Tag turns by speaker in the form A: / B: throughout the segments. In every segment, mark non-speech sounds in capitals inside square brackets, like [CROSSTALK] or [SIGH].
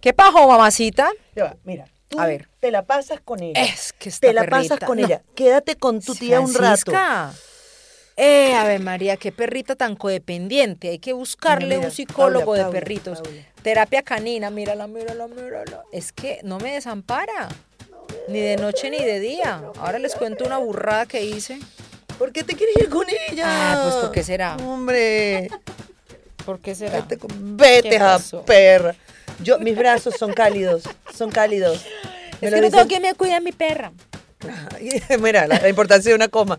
A: ¿Qué pajo, mamacita?
B: Ya va, Mira, tú
A: A ver.
B: te la pasas con ella.
A: Es que esta
B: Te la pasas
A: perrita,
B: con
A: no.
B: ella. Quédate con tu tía un rato.
A: Francisca. Eh, Ave María, qué perrita tan codependiente. Hay que buscarle
B: Mira,
A: un psicólogo
B: Paula,
A: de
B: Paula,
A: perritos.
B: Paula.
A: Terapia canina, mírala, mírala, mírala. Es que no me desampara. Ni de noche ni de día. Ahora les cuento una burrada que hice.
B: ¿Por qué te quieres ir con ella?
A: Ah, pues, ¿por qué será? [LAUGHS]
B: Hombre,
A: ¿Por qué será?
B: vete, con- vete
A: ¿Qué
B: a
A: pasó?
B: perra. Yo, mis brazos son cálidos, son cálidos. Me
A: Es que
B: lo
A: no
B: dicen-
A: tengo quien me cuida mi perra.
B: Ay, [LAUGHS] Mira, la, la importancia de una coma.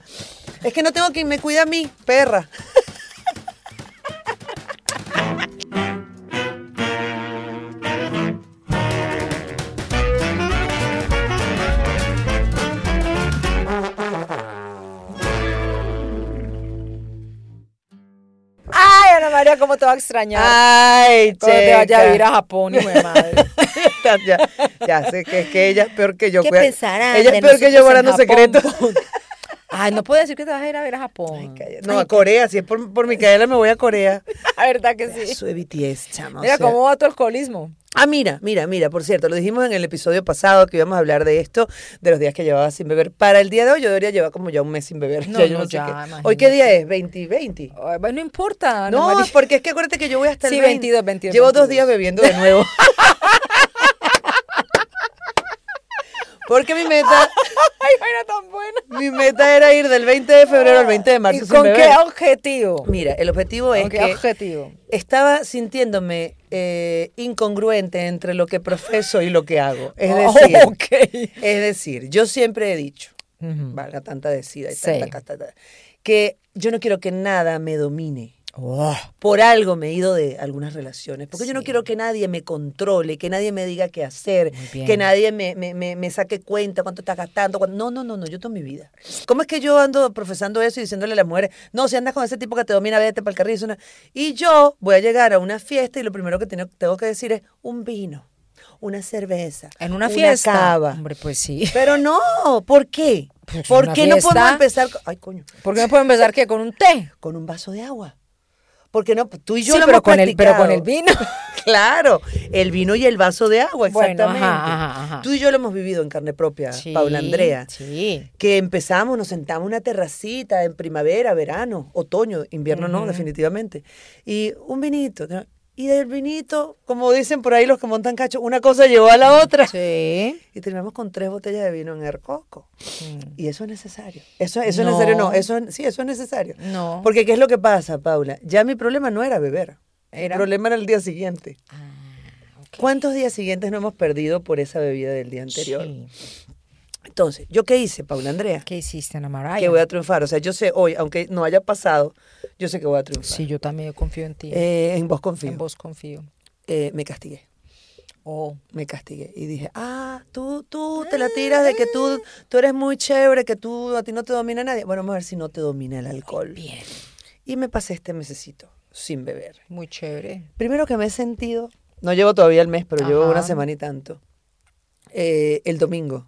B: Es que no tengo quien me cuida a mí, perra.
A: Ay, Ana María, cómo te va a extrañar.
B: Ay,
A: Cuando te vaya a
B: checa.
A: ir a Japón, hijo de madre.
B: [LAUGHS] ya, ya, ya sé que, es que ella es peor que yo.
A: ¿Qué
B: cuida-
A: pensarán
B: Ella
A: de
B: es peor que yo
A: nosotros en
B: guardando secretos.
A: Japón? [LAUGHS] Ay, no puedo decir que te vas a ir a ver a Japón.
B: No, a Corea. Si es por, por Micaela, me voy
A: [LAUGHS]
B: a Corea.
A: La verdad que sí.
B: Eso de BTS, chama. o
A: Mira
B: sea-
A: cómo va tu alcoholismo.
B: Ah, mira, mira, mira, por cierto, lo dijimos en el episodio pasado que íbamos a hablar de esto, de los días que llevaba sin beber. Para el día de hoy yo debería llevar como [LAUGHS] ya un mes sin beber.
A: No,
B: yo
A: no,
B: sé
A: ya,
B: qué.
A: imagínate.
B: ¿Hoy qué día es? ¿20 20?
A: Ay, bueno, no importa. Ana
B: No,
A: Ah, María.
B: porque es que acuérdate que yo voy hasta el
A: Sí,
B: 20.
A: 22, 22,
B: Llevo dos
A: 22.
B: días bebiendo de nuevo. [LAUGHS] porque mi meta,
A: [LAUGHS] Ay, era tan buena.
B: mi meta era ir del 20 de febrero al 20 de marzo
A: ¿Y
B: sin
A: con
B: beber.
A: qué objetivo?
B: Mira, el objetivo es
A: ¿Con qué
B: que
A: objetivo?
B: estaba sintiéndome eh, incongruente entre lo que profeso y lo que hago. Es
A: Oh,
B: decir,
A: [LAUGHS] ok.
B: es decir, yo siempre he dicho,
A: Ujú.
B: valga tanta decida y
A: Sí.
B: tanta casta, ta- que yo no quiero que nada me domine.
A: oh,
B: Por algo me he ido de algunas relaciones, porque yo no
A: Sí.
B: quiero que nadie me controle, que nadie me diga qué hacer,
A: Muy bien.
B: que nadie me, me- me- me saque cuenta cuánto está gastando. cuánto- No, no, no, no, yo tengo mi vida. ¿Cómo es que yo ando profesando eso y diciéndole a las mujeres, no, si andas con ese tipo que te domina, vete para el carril? eso no". Y yo voy a llegar a una fiesta y lo primero que tengo, tengo que decir es un vino, una cerveza,
A: En una fiesta.
B: cava.
A: Hombre, pues
B: [LAUGHS]
A: sí.
B: Pero no, ¿por qué?
A: Pues
B: ¿Por
A: una
B: qué no podemos
A: fiesta.
B: empezar? co- Ay, coño,
A: ¿Por qué no puedo empezar que con un té?
B: con un vaso de agua. Porque no, tú y yo
A: Sí,
B: lo
A: pero
B: hemos
A: con el- pero con
B: practicado.
A: el vino.
B: [LAUGHS] claro, el vino y el vaso de agua,
A: Bueno,
B: exactamente.
A: ajá, ajá, ajá.
B: Tú y yo lo hemos vivido en carne propia,
A: Sí,
B: Paula Andrea.
A: Sí.
B: Que empezamos, nos sentamos en una terracita en primavera, verano, otoño, invierno no, definitivamente. Y un vinito. ¿no? Y del vinito, como dicen por ahí los que montan cacho, una cosa llevó a la otra.
A: Sí.
B: Y terminamos con tres botellas de vino en el coco.
A: Mm.
B: Y eso es necesario. Eso, eso
A: No.
B: es necesario, no. Eso, sí, eso es necesario.
A: No.
B: Porque ¿qué es lo que pasa, Paula? Ya mi problema no era beber.
A: Era- Ah,
B: El problema era el día siguiente. ¿Cuántos días siguientes no hemos perdido por esa bebida del día anterior?
A: Sí.
B: Entonces, ¿yo qué hice, Paula Andrea?
A: ¿Qué hiciste, Ana María?
B: Que voy a triunfar. O sea, yo sé hoy, aunque no haya pasado, yo sé que voy a triunfar.
A: Sí, yo también confío en ti.
B: Eh, en vos confío.
A: en vos confío.
B: Eh, me castigué.
A: Oh.
B: me castigué y dije, ah, tú, tú te la tiras de que
A: Ah.
B: tú, tú eres muy chévere, que tú, a ti no te domina nadie. Bueno, vamos a ver si no te domina el alcohol.
A: Bien.
B: Y me pasé este mesecito sin beber.
A: Muy chévere.
B: Primero que me he sentido, no llevo todavía el mes, pero llevo
A: Ajá.
B: una semana y tanto. Eh, el domingo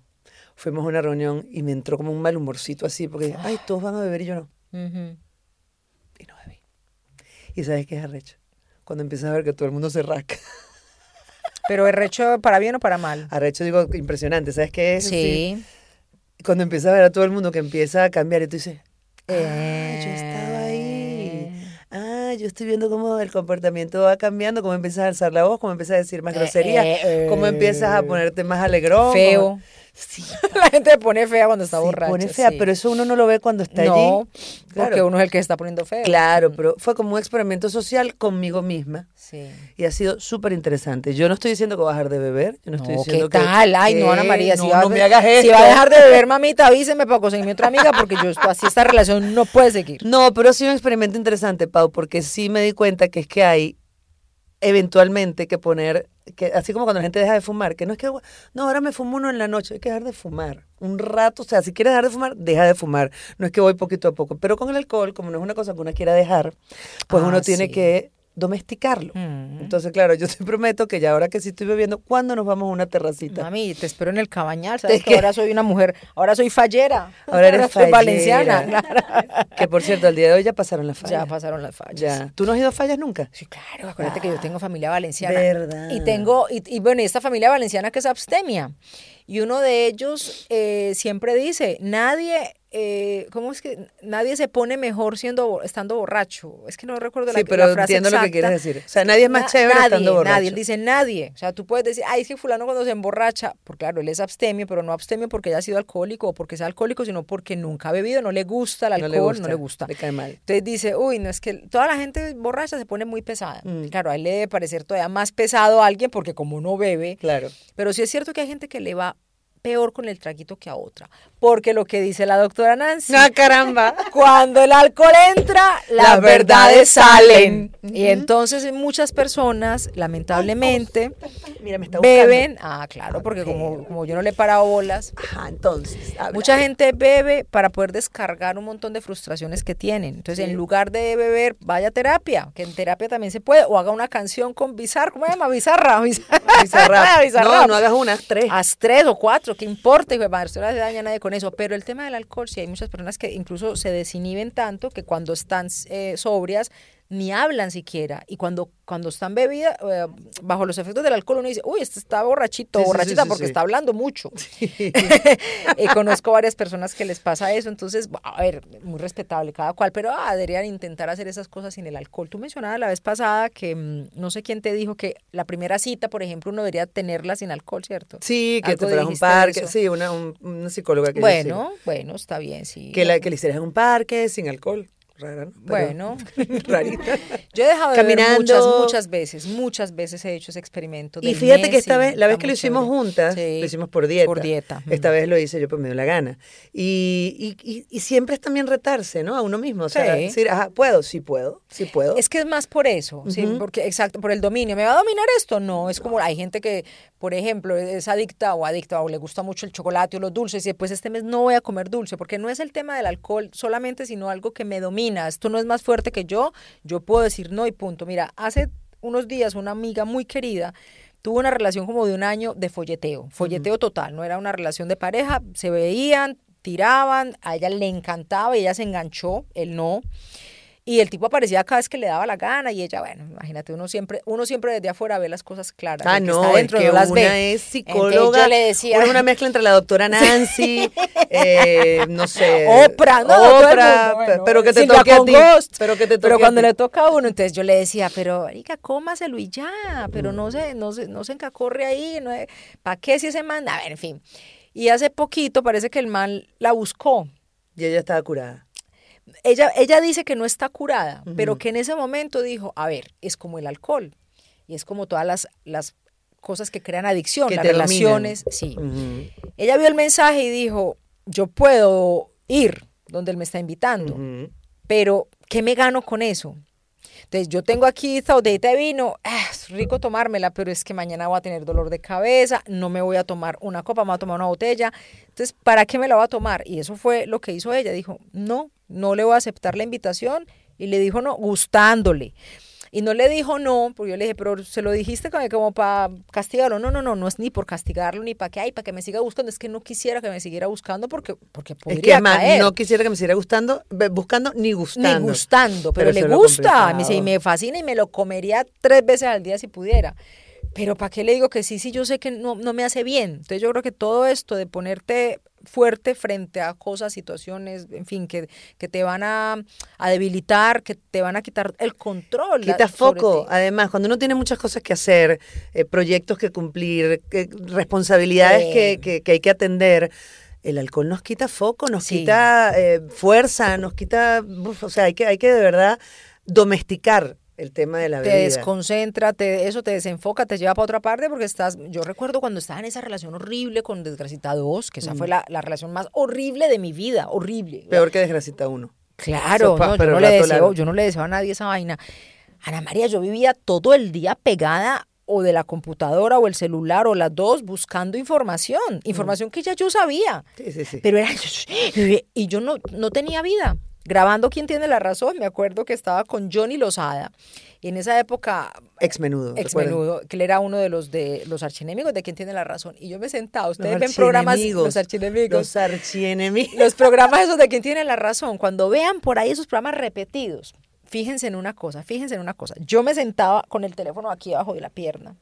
B: fuimos a una reunión y me entró como un mal humorcito así, porque dije, ay, todos van a beber y yo no.
A: Ujú.
B: Y no bebí. ¿Y sabes qué es arrecho? Cuando empiezas a ver que todo el mundo se rasca. [LAUGHS]
A: Pero el recho para bien o para mal.
B: Arrecho digo, impresionante, ¿sabes qué es?
A: Sí.
B: cuando empiezas a ver a todo el mundo que empieza a cambiar y tú dices, ah, yo estaba
A: Eh.
B: ahí. Ah, yo estoy viendo cómo el comportamiento va cambiando, cómo empiezas a alzar la voz, cómo empiezas a decir más
A: Eh,
B: groserías,
A: eh,
B: cómo empiezas a ponerte más alegrón. cómo-
A: Feo.
B: Sí,
A: [LAUGHS] La gente se pone fea cuando está
B: se
A: borracha.
B: pone fea,
A: sí.
B: pero eso uno no lo ve cuando está
A: No,
B: allí.
A: porque
B: Claro,
A: uno es el que se está poniendo feo.
B: claro, pero fue como un experimento social conmigo misma.
A: Sí.
B: Y ha sido súper interesante. Yo no estoy diciendo que voy a dejar de beber. Yo no, estoy
A: No,
B: diciendo
A: ¿qué tal? Ay, no,
B: que-
A: Ana María, si,
B: no,
A: va,
B: no me hagas
A: si va a
B: esto.
A: dejar de beber, mamita, avíseme para conseguirme otra amiga, porque yo esto- así esta relación no puede seguir.
B: No, pero ha sido un experimento interesante, Pau, porque sí me di cuenta que es que hay eventualmente que poner que así como cuando la gente deja de fumar, que no es que, no, ahora me fumo uno en la noche, hay que dejar de fumar. Un rato, o sea, si quieres dejar de fumar, deja de fumar. No es que voy poquito a poco. Pero con el alcohol, como no es una cosa que uno quiera dejar, pues
A: Ah,
B: uno tiene
A: sí.
B: que domesticarlo.
A: Mm.
B: Entonces, claro, yo [LAUGHS] te prometo que ya ahora que sí estoy bebiendo, ¿cuándo nos vamos a una terracita?
A: Mami, te espero en el
B: [LAUGHS]
A: cabañal, ¿sabes?
B: ¿De
A: Que
B: qué?
A: ahora soy una mujer, ahora soy fallera.
B: Ahora
A: [LAUGHS]
B: eres
A: soy
B: fallera.
A: valenciana. claro.
B: Que por cierto, al día de hoy [LAUGHS] ya pasaron las
A: Ya Ah.
B: fallas.
A: pasaron las fallas.
B: Ya. ¿Tú no has ido a fallas nunca?
A: Sí, claro, acuérdate que yo tengo familia valenciana.
B: Verdad.
A: Y tengo, y, y bueno, y esta familia valenciana que es abstemia. Y uno de ellos eh, siempre dice, nadie, eh, ¿cómo es que? Nadie se pone mejor siendo, bo- estando borracho. Es que no recuerdo la,
B: Sí,
A: la
B: pero
A: frase
B: entiendo lo que
A: exacta.
B: quieres decir. O sea, nadie es más
A: Na-
B: chévere
A: nadie,
B: estando borracho.
A: Nadie, él dice nadie. O sea, tú puedes decir, ay, es que fulano cuando se emborracha, porque claro, él es abstemio, pero no abstemio porque haya sido alcohólico o porque sea alcohólico, sino porque nunca ha bebido, no le gusta el
B: No
A: alcohol,
B: le gusta,
A: no le gusta.
B: le cae mal.
A: Entonces dice, uy, no es que toda la gente borracha se pone muy pesada.
B: Mm.
A: Claro, a él le debe parecer todavía más pesado a alguien porque como no bebe.
B: Claro.
A: Pero sí es cierto que hay gente que le va peor con el traguito que a otra. Porque lo que dice la doctora Nancy,
B: ¡Ah, caramba!
A: [LAUGHS] cuando el alcohol entra, las,
B: Las verdades
A: verdades salen.
B: salen.
A: Y entonces muchas personas, lamentablemente,
B: Mira, me está buscando.
A: beben. Ah, claro, porque como, como yo no le he parado bolas.
B: Ajá, entonces. habla.
A: Mucha gente bebe para poder descargar un montón de frustraciones que tienen. Entonces, en lugar de beber, vaya a terapia, que en terapia también se puede, o haga una canción con bizarra, ¿cómo se llama? Bizarra, bizarra.
B: [LAUGHS] Bizarrap.
A: [LAUGHS]
B: No,
A: bizarrap.
B: no hagas unas tres.
A: Haz tres o cuatro, que importa, hijo de madre, usted no le daña a nadie con eso. Pero el tema del alcohol, sí hay muchas personas que incluso se desinhiben tanto que cuando están eh, sobrias ni hablan siquiera. Y cuando, cuando están bebidas, eh, bajo los efectos del alcohol, uno dice, uy, este está borrachito,
B: Sí, sí, sí,
A: borrachita,
B: sí,
A: porque
B: sí.
A: está hablando mucho. [LAUGHS] Eh, conozco varias personas que les pasa eso, entonces, a ver, muy respetable cada cual, pero ah, deberían intentar hacer esas cosas sin el alcohol. Tú mencionabas la vez pasada que mm, no sé quién te dijo que la primera cita, por ejemplo, uno debería tenerla sin alcohol, ¿cierto?
B: Sí, que te
A: Algo
B: fueras a un
A: dijiste
B: parque.
A: de eso.
B: Sí, una, un- una psicóloga que yo sigo.
A: Bueno, bueno, está bien, sí.
B: Que, la, que le hicieras en un parque sin alcohol. Rara, ¿no? Pero-
A: bueno,
B: [LAUGHS]
A: [LAUGHS]
B: Rarita.
A: yo he dejado de beber muchas,
B: Caminando.
A: muchas veces, muchas veces he hecho ese experimento.
B: Y
A: del
B: fíjate que
A: mes
B: esta
A: y
B: vez, la vez
A: está
B: que lo
A: muy
B: hicimos
A: chévere.
B: juntas,
A: Sí,
B: lo hicimos por dieta.
A: Por dieta.
B: Esta vez lo hice yo, pues me dio la gana. Y, y- y- y siempre es también retarse, ¿no? A uno mismo. O sea,
A: Sí.
B: decir, ajá, puedo, sí puedo, sí puedo.
A: Es que es más por eso, ¿sí? porque exacto, por el dominio. ¿Me va a dominar esto? No, es como hay gente que, por ejemplo, es adicta o adicta o le gusta mucho el chocolate o los dulces y después este mes no voy a comer dulce, porque no es el tema del alcohol solamente, sino algo que me domina. Esto no es más fuerte que yo, yo puedo decir no y punto. Mira, hace unos días una amiga muy querida tuvo una relación como de un año de folleteo, folleteo total, no era una relación de pareja, se veían, tiraban, a ella le encantaba y ella se enganchó, él no. Y el tipo aparecía cada vez que le daba la gana y ella, bueno, imagínate, uno siempre, uno siempre desde afuera ve las cosas claras.
B: Ah,
A: el que
B: no,
A: está dentro
B: es que
A: no las
B: una
A: ve.
B: es
A: Entonces
B: psicóloga,
A: yo le decía,
B: una es una mezcla entre la
A: [LAUGHS]
B: doctora Nancy, eh, no sé,
A: Oprah, no, todo el
B: Oprah,
A: mundo, bueno,
B: pero que te
A: Silvia
B: toque a ti,
A: Congost.
B: pero que te toque
A: Pero
B: a
A: cuando
B: ti.
A: le toca a uno, entonces yo le decía, pero marica, cómaselo y ya, pero no se, no se, no se encacorre ahí, no ¿para qué si ese man? A ver, en fin. Y hace poquito parece que el man la buscó.
B: y ella estaba curada.
A: Ella, ella dice que no está curada, pero que en ese momento dijo, a ver, es como el alcohol y es como todas las, las cosas que crean adicción,
B: Que
A: las
B: te dominan.
A: relaciones, sí.
B: Ujú.
A: Ella vio el mensaje y dijo, yo puedo ir donde él me está invitando,
B: Ujú.
A: pero ¿qué me gano con eso? Entonces yo tengo aquí esta botellita de vino, ah, es rico tomármela, pero es que mañana voy a tener dolor de cabeza, no me voy a tomar una copa, me voy a tomar una botella. Entonces, ¿para qué me la voy a tomar? Y eso fue lo que hizo ella. Dijo, no, no le voy a aceptar la invitación. Y le dijo no, gustándole. Y no le dijo no, porque yo le dije, pero se lo dijiste como, como para castigarlo. No, no, no, no es ni por castigarlo, ni para que, ay, para que me siga buscando. Es que no quisiera que me siguiera buscando porque, porque podría
B: Es que además
A: caer.
B: no quisiera que me siguiera gustando, be- buscando ni gustando.
A: Ni gustando, pero,
B: eso es
A: le
B: lo
A: gusta. Me dice, y
B: complicado.
A: me fascina y me lo comería tres veces al día si pudiera. Pero ¿para qué le digo que sí, sí, yo sé que no, no me hace bien? Entonces yo creo que todo esto de ponerte fuerte frente a cosas, situaciones, en fin, que, que te van a, a debilitar, que te van a quitar el control. la-
B: Quita
A: sobre
B: foco.
A: ti.
B: Además, cuando uno tiene muchas cosas que hacer, eh, proyectos que cumplir, que- responsabilidades que,
A: Sí.
B: que- que hay que atender, el alcohol nos quita foco, nos
A: Sí.
B: quita eh, fuerza, nos quita. uf, o sea, hay que, hay que de verdad domesticar el tema de la
A: te
B: bebida.
A: desconcentra, te, eso te desenfoca, te lleva para otra parte porque estás, yo recuerdo cuando estaba en esa relación horrible con Desgracita 2, que esa fue la, la relación más horrible de mi vida, horrible.
B: Mm. Peor que desgracita uno.
A: Claro,
B: Sopa,
A: no, yo
B: pero
A: no le
B: rato
A: deseo,
B: largo.
A: yo no le deseo a nadie esa vaina. Ana María, yo vivía todo el día pegada o de la computadora o el celular o las dos buscando información, información que ya yo sabía.
B: Sí, Mm. sí, sí.
A: Pero era y yo no, no tenía vida. Grabando Quién tiene la razón, me acuerdo que estaba con Johnny Lozada. Y en esa época
B: Ex menudo.
A: ex
B: recuerden.
A: menudo, que él era uno de los de los archienemigos de quien tiene la razón. Y yo me sentaba, ustedes
B: Los
A: ven programas
B: archienemigos.
A: los archienemigos,
B: Los archienemigos.
A: [LAUGHS] los, programas esos de quien tiene la razón, cuando vean por ahí esos programas repetidos, fíjense en una cosa, fíjense en una cosa. Yo me sentaba con el teléfono aquí abajo de la pierna.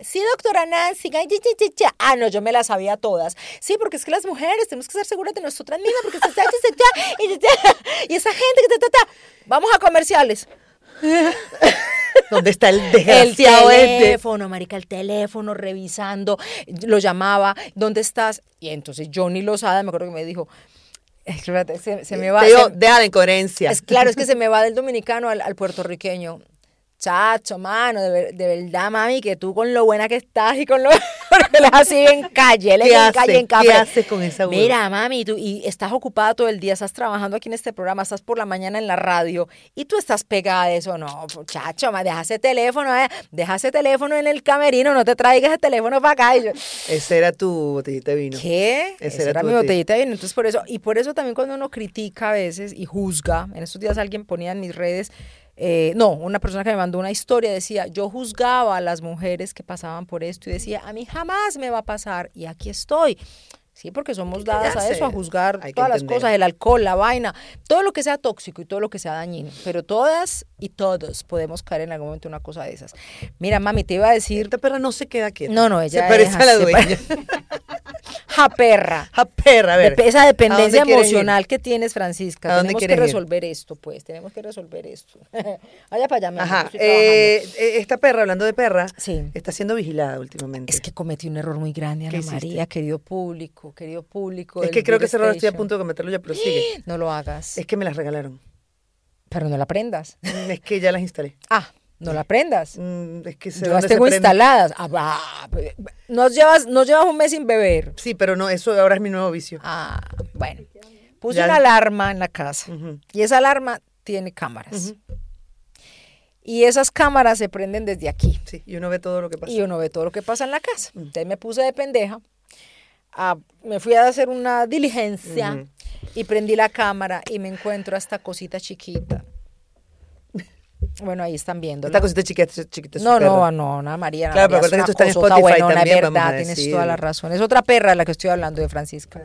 A: Sí, doctora Nancy. ay, ya, ya, ya, ya. Ah, no, yo me las sabía todas. Sí, porque es que las mujeres tenemos que ser seguras de nuestra amiga, porque se- se- se- se- y, y esa gente que ta, ta, ta. Vamos a comerciales.
B: [LAUGHS] ¿Dónde está [LAUGHS] el
A: El
B: desgraciado este?
A: teléfono, marica, el teléfono, revisando, lo llamaba, ¿dónde estás? Y entonces Johnny Lozada, me acuerdo que me dijo, espérate, se, se me va.
B: Te digo,
A: se-
B: deja la incoherencia.
A: es claro, es que se me va del dominicano al, al puertorriqueño. Chacho, mano, de, ver- de verdad, mami, que tú con lo buena que estás y con lo... [LAUGHS] Porque él es así en calle, él es
B: ¿Qué
A: en
B: hace?
A: calle, en
B: ¿Qué
A: café.
B: hace con esa voz?
A: Mira, mami, tú y estás ocupada todo el día, estás trabajando aquí en este programa, estás por la mañana en la radio y tú estás pegada a eso. No, pues, chacho, ma, deja ese teléfono, eh, deja ese teléfono en el camerino, no te traigas el teléfono para acá. Y yo,
B: Ese era tu botellita de vino.
A: ¿Qué?
B: Esa
A: Esa
B: era
A: era
B: tu
A: mi
B: botella.
A: botellita de vino. Entonces, por eso, y por eso también cuando uno critica a veces y juzga, en estos días alguien ponía en mis redes, eh, no, una persona que me mandó una historia decía, yo juzgaba a las mujeres que pasaban por esto y decía, a mí jamás me va a pasar y aquí estoy. Sí, porque somos dadas a
B: hace?
A: eso, a juzgar
B: Hay que
A: todas las
B: entender.
A: cosas, el alcohol, la vaina, todo lo que sea tóxico y todo lo que sea dañino. Pero todas y todos podemos caer en algún momento en una cosa de esas. Mira, mami, te iba a decir,
B: Esta perra no se queda quieta.
A: No, no, ella
B: Se parece
A: es
B: a la
A: así, pues.
B: dueña.
A: ja perra.
B: [LAUGHS] A perra, a ver.
A: Dep- esa dependencia
B: ¿a dónde quieres ir?
A: emocional que tienes, Francisca.
B: ¿A dónde
A: tenemos que
B: quieres ir?
A: resolver esto, pues. Tenemos que resolver esto. [LAUGHS] Allá para allá, mi amor,
B: Ajá.
A: estoy trabajando.
B: eh, eh, esta perra, hablando de perra,
A: Sí.
B: está siendo vigilada últimamente.
A: es que cometí un error muy grande,
B: ¿Qué
A: Ana
B: hiciste?
A: María, querido público, querido público.
B: Es
A: del
B: que creo que ese error estoy a
A: Station.
B: punto de Eh, cometerlo ya, pero sigue.
A: [GASPS] No lo hagas.
B: Es que me las regalaron.
A: Pero no la prendas.
B: Mm, Es que ya las instalé.
A: Ah, no la prendas.
B: Mm, Es que sé
A: Yo las
B: dónde se
A: tengo
B: prende.
A: instaladas. Ah, bah, nos, llevas, nos llevas un mes sin beber.
B: Sí, pero no, eso ahora es mi nuevo vicio.
A: Ah, bueno. Puse
B: Ya-
A: una alarma en la casa.
B: Ujú.
A: Y esa alarma tiene cámaras. Y esas cámaras se prenden desde aquí.
B: Pues Sí, y uno ve todo lo que pasa.
A: Y uno ve todo lo que pasa en la casa. Entonces me puse de pendeja. a- me fui a hacer una diligencia y prendí la cámara y me encuentro a esta cosita chiquita. Bueno, ahí están viendo.
B: Esta cosita chiquita, chiquita es
A: No,
B: su
A: no,
B: perra.
A: no, Ana María. Ana
B: Claro,
A: María
B: pero
A: es
B: acuérdate que
A: una
B: esto está en
A: cosota
B: Spotify
A: buenona,
B: también,
A: verdad,
B: vamos a
A: tienes
B: decir.
A: toda la razón. Es otra perra de la que estoy hablando de Francisca.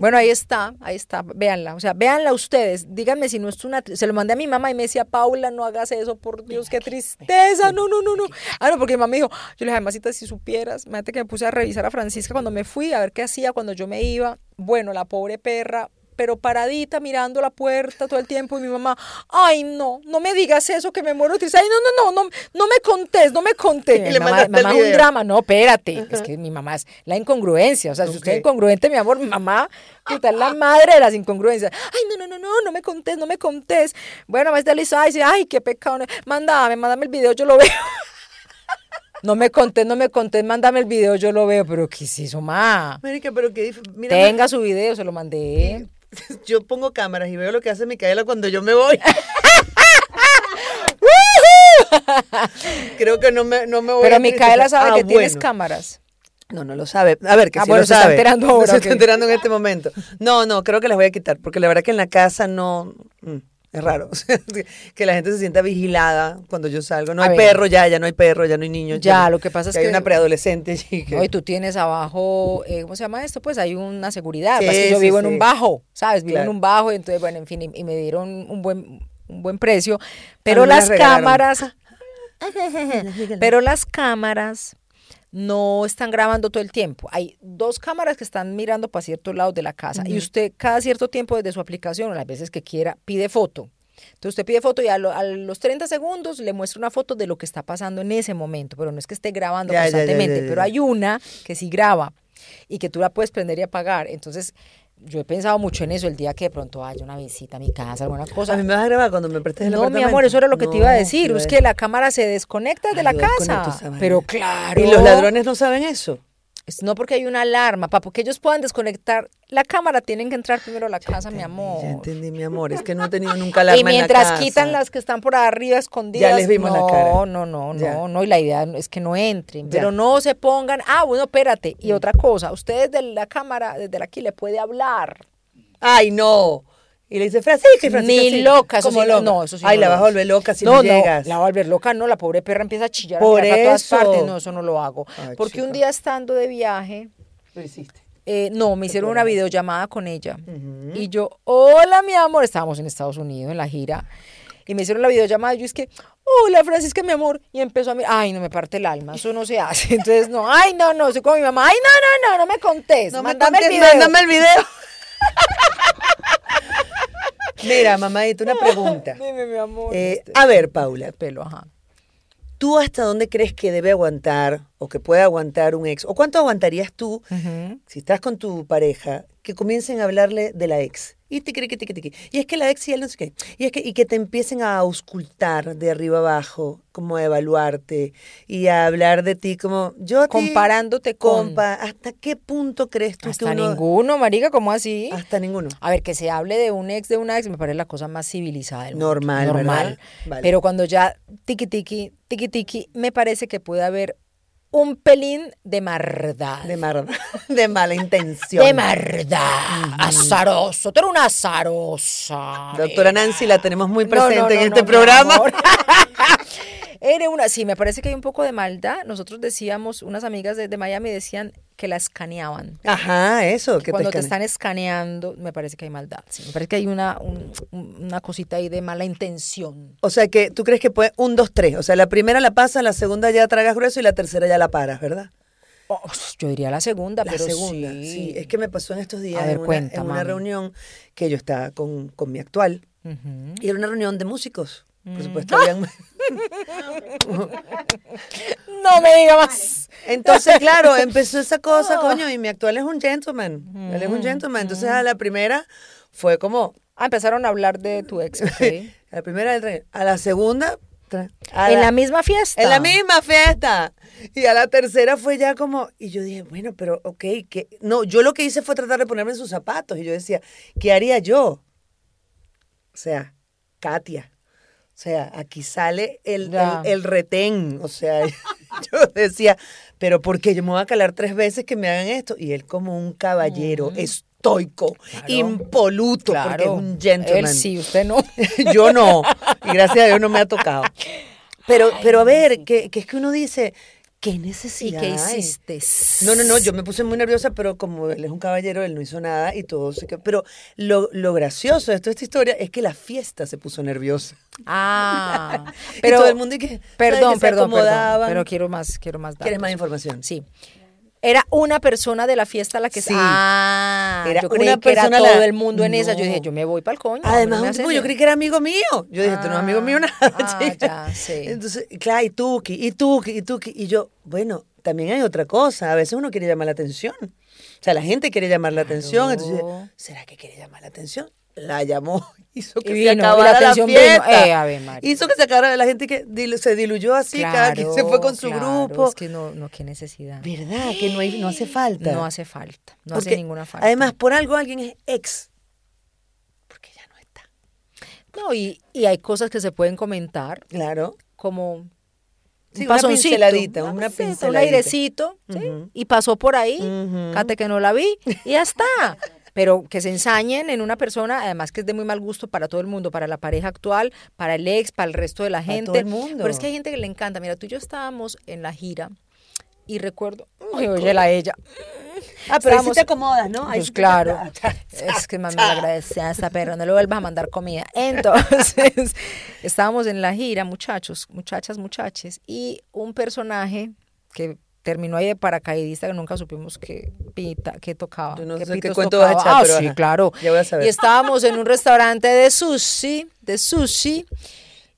A: Bueno, ahí está, ahí está, véanla. O sea, véanla ustedes. Díganme si no es una... tri- Se lo mandé a mi mamá y me decía, Paula, no hagas eso, por Dios, qué tristeza. No, no, no, no. Ah, no, porque mi mamá me dijo, yo le dije, mamacita, si supieras, imagínate que me puse a revisar a Francisca cuando me fui, a ver qué hacía cuando yo me iba. Bueno, la pobre perra pero paradita mirando la puerta todo el tiempo y mi mamá, ay no, no me digas eso que me muero de tristeza, ay no, no, no, no, no me contés, no me contés.
B: Y le
A: mamá,
B: mandaste el
A: mamá es un
B: video.
A: drama, no, espérate, es que mi mamá es la incongruencia, o sea, si usted es
B: Ok.
A: incongruente, mi amor, mi mamá, puta, es la madre de las incongruencias, ay no, no, no, no, no me contés, no me contés. Bueno, más le hizo, ay, sí, ay, qué pecado, no- mándame, mándame el video, yo lo veo. [LAUGHS] No me contés, no me contés, mándame el video, yo lo veo, pero ¿qué es eso, ma?
B: Marica, pero qué dif- Mira,
A: Tenga su video, se lo mandé.
B: [LAUGHS] yo pongo cámaras y veo lo que hace Micaela cuando yo me
A: [LAUGHS]
B: voy. [LAUGHS] Creo que no me, no me voy a
A: Pero Micaela
B: tristezar.
A: sabe
B: Ah,
A: que tienes
B: bueno.
A: cámaras.
B: No, no lo sabe. A ver, que
A: Ah,
B: sí
A: bueno,
B: lo
A: se está
B: sabe.
A: enterando
B: No
A: ahora,
B: Se
A: ok.
B: está enterando en este momento. No, no, creo que las voy a quitar, porque la verdad que en la casa no... mm, Es raro. [LAUGHS] o sea, que la gente se sienta vigilada cuando yo salgo. No
A: A
B: hay
A: ver.
B: perro ya, ya no hay perro, ya no hay niños.
A: Ya,
B: no-
A: lo que pasa es
B: Hay
A: que-
B: una preadolescente [LAUGHS] allí que...
A: No, y tú tienes abajo, eh, ¿cómo se llama esto? Pues hay una seguridad.
B: Sí,
A: Pues que yo
B: sí,
A: vivo en
B: sí.
A: un bajo, ¿sabes? Vivo
B: Claro.
A: en un bajo, entonces, bueno, en fin, y, y me dieron un buen, un buen precio. Pero
B: mí me
A: las
B: las regalaron. [LAUGHS]
A: cámaras, [LAUGHS] pero las cámaras no están grabando todo el tiempo. Hay dos cámaras que están mirando para ciertos lados de la casa y usted cada cierto tiempo desde su aplicación, o las veces que quiera, pide foto. Entonces usted pide foto y a, lo- a los 30 segundos le muestra una foto de lo que está pasando en ese momento, pero no es que esté grabando
B: Ya, ya, ya,
A: constantemente,
B: ya, ya.
A: pero hay una que sí graba y que tú la puedes prender y apagar. Entonces yo he pensado mucho en eso el día que de pronto haya una visita a mi casa, alguna cosa.
B: A mí me vas a grabar cuando me prestes el
A: No, mi
B: apartamento.
A: amor, eso era lo que te
B: No,
A: iba a decir.
B: iba
A: Es que la cámara se desconecta de
B: Ay,
A: la
B: yo desconecto esa
A: casa.
B: vaina.
A: Pero claro.
B: Y los ladrones no saben eso.
A: Es no porque hay una alarma, para que ellos puedan desconectar la cámara, tienen que entrar primero a la casa, mi amor.
B: Ya entendí, mi amor. Es que no he tenido nunca alarma
A: y mientras
B: en la casa.
A: quitan las que están por arriba escondidas.
B: Ya les vimos la
A: no,
B: cara.
A: No, no, no,
B: Ya.
A: no. Y la idea es que no entren,
B: Ya. Mm.
A: pero no se pongan. Ah, bueno, espérate. Y otra cosa, usted desde la cámara, desde aquí, le puede hablar.
B: ¡Ay, no! Y le dice, Francisca, y Francisca
A: Ni
B: sí.
A: loca, eso
B: ¿Cómo
A: sí,
B: loca?
A: no, eso sí
B: Ay,
A: no
B: la
A: lo
B: vas a
A: hago.
B: volver loca si no, llegas.
A: la va a volver loca, no, la pobre perra empieza a chillar, a
B: Por
A: tirar para todas
B: eso.
A: partes, no, eso no lo hago.
B: Ay,
A: Porque un
B: chica.
A: día estando de viaje,
B: Lo hiciste.
A: eh, no, me hicieron una videollamada con ella. Y yo, hola, mi amor. Estábamos en Estados Unidos en la gira. Y me hicieron la videollamada. y Yo es que, hola, Francisca, mi amor. Y empezó a mirar, ay, no me parte el alma. Eso no se hace. [LAUGHS] Entonces, no, ay, no, no. Soy como mi mamá, ay, no, no, no, no me contestes.
B: No me
A: mándame el
B: contestes,
A: video.
B: mándame el video. Mira, mamadita, una pregunta.
A: Dime, mi amor.
B: Eh,
A: Este,
B: a ver, Paula,
A: pelo, ajá.
B: ¿tú hasta dónde crees que debe aguantar o que puede aguantar un ex? ¿O cuánto aguantarías tú si estás con tu pareja que comiencen a hablarle de la ex? Y tiqui, tiqui, tiqui, tiqui. Y es que la ex y él no sé qué. Y es que, y que te empiecen a auscultar de arriba abajo, como a evaluarte y a hablar de ti como yo a ti-
A: Comparándote con-
B: compa. ¿Hasta qué punto crees Pues tú
A: Hasta ¿eh?
B: que uno
A: ninguno, marica, ¿cómo así?
B: hasta ninguno?
A: A ver, que se hable de un ex de una ex me parece la cosa más civilizada del mundo.
B: Normal, ¿verdad?
A: Normal.
B: Vale.
A: Pero cuando ya tiki tiki, tiki tiki, me parece que puede haber un pelín de mardad.
B: De mar- [LAUGHS] de mala
A: [LAUGHS]
B: intención.
A: De mardad. Azaroso. Tú eres una azarosa.
B: Doctora
A: mira.
B: Nancy la tenemos muy
A: No,
B: presente
A: no, no,
B: en
A: no,
B: este
A: mi
B: programa.
A: amor. Eres una. Sí, me parece que hay un poco de maldad. Nosotros decíamos, unas amigas de, de Miami decían que la escaneaban.
B: Ajá, eso, que
A: cuando te
B: te,
A: están
B: escanean.
A: escaneando, me parece que hay maldad. sí. Me parece que hay una, un- una cosita ahí de mala intención.
B: O sea que tú crees que puede un, dos, tres. O sea, la primera la pasa, la segunda ya tragas grueso y la tercera ya la paras, ¿verdad?
A: Oh, yo diría la segunda,
B: La
A: pero
B: segunda.
A: sí.
B: Sí. es que me pasó en estos días
A: A ver,
B: en, una,
A: cuenta,
B: en una
A: mami.
B: reunión que yo estaba con, con mi actual.
A: Ujú. Mm.
B: Y era una reunión de músicos. Por supuesto, habían. [LAUGHS]
A: No me diga más.
B: Entonces, claro, empezó esa cosa,
A: [LAUGHS]
B: coño, y mi actual es un gentleman. Él es un gentleman. Entonces,
A: Mm.
B: a la primera fue como.
A: Ah, empezaron a hablar de tu ex. ok.
B: [LAUGHS] A la primera del rey. A la segunda. tra- a
A: en
B: la-
A: la misma fiesta.
B: En la misma fiesta. Y a la tercera fue ya como, y yo dije, bueno, pero ok, que no, yo lo que hice fue tratar de ponerme en sus zapatos. Y yo decía, ¿qué haría yo? O sea, Katia. O sea, aquí sale el,
A: Ya.
B: el, el retén. O sea, [LAUGHS] yo decía, pero ¿por qué yo me voy a calar tres veces que me hagan esto? Y él como un caballero estoico, impoluto, porque es
A: Mm. Claro.
B: un gentleman.
A: Él sí, usted [LAUGHS] no.
B: [LAUGHS] Yo no. Y gracias a Dios no me ha tocado. Pero, pero a ver, que, que es que uno dice, ¿qué
A: ¿Y
B: necesidad?
A: qué
B: hay?
A: hiciste?
B: No, no, no, yo me puse muy nerviosa, pero como él es un caballero, él no hizo nada y todo se quedó. Pero lo, lo gracioso de toda esta historia es que la fiesta se puso nerviosa.
A: Ah,
B: [LAUGHS] Y
A: pero
B: todo el mundo y que-
A: perdón, perdón,
B: que se
A: perdón,
B: acomodaban.
A: pero quiero más, quiero más datos.
B: ¿Quieres más información?
A: Sí. Era una persona de la fiesta la que
B: Sí.
A: Ah,
B: Era
A: yo creí
B: una
A: que era
B: persona
A: todo
B: la-
A: el mundo en esa. Yo
B: No.
A: dije, yo me voy para el coño.
B: Además,
A: no me
B: un
A: hace
B: tipo, yo
A: eso.
B: creí que era amigo mío. Yo dije, tú no es amigo mío nada.
A: Ah,
B: [LAUGHS] chica.
A: ya, sí.
B: Entonces, claro, y Tuki, y Tuki, y Tuki. Y yo, bueno, también hay otra cosa. A veces uno quiere llamar la atención. O sea, la gente quiere llamar la atención. Entonces, ¿será que quiere llamar la atención? La llamó, [LAUGHS] hizo que
A: Y vino,
B: se
A: y la
B: acabara la,
A: atención vino.
B: fiesta.
A: Eh, Ave María.
B: Hizo que se acabara la gente que dil- se diluyó así, cada quien se fue con su
A: claro,
B: grupo.
A: Es que no, no, qué necesidad.
B: ¿Verdad? Que no, hay, no hace falta.
A: No hace falta. No
B: Porque,
A: hace ninguna falta.
B: Además, por algo alguien es ex. Porque ya no está.
A: no, y, y hay cosas que se pueden comentar,
B: Claro.
A: como.
B: Sí,
A: un
B: una
A: pasoncito, Ah,
B: pinceladita, una
A: Un
B: pinceladita.
A: airecito, ¿sí? y pasó por ahí,
B: Ujú.
A: cate que no la vi, y ya está. Pero que se ensañen en una persona, además que es de muy mal gusto para todo el mundo, para la pareja actual, para el ex, para el resto de la
B: Para
A: gente.
B: todo el mundo.
A: Pero es que hay gente que le encanta. Mira, tú y yo estábamos en la gira y recuerdo, ay, oye, la ella.
B: Ah, pero ahí sí
A: Estábamos-
B: te acomodas, ¿no? Ahí
A: Pues
B: sí te-
A: claro.
B: [LAUGHS] Cha, cha,
A: es que mami le
B: cha.
A: agradece a esta perra, no le vuelvas a mandar comida. Entonces, [LAUGHS] estábamos en la gira, muchachos, muchachas, muchaches, y un personaje que terminó ahí de paracaidista que nunca supimos que pita, que tocaba.
B: Yo no
A: qué
B: sé qué
A: pitos
B: cuento vas a
A: tocaba.
B: echar,
A: Ah,
B: pero
A: sí,
B: ajá,
A: claro.
B: ya voy a saber.
A: Y estábamos en un restaurante de sushi, de sushi,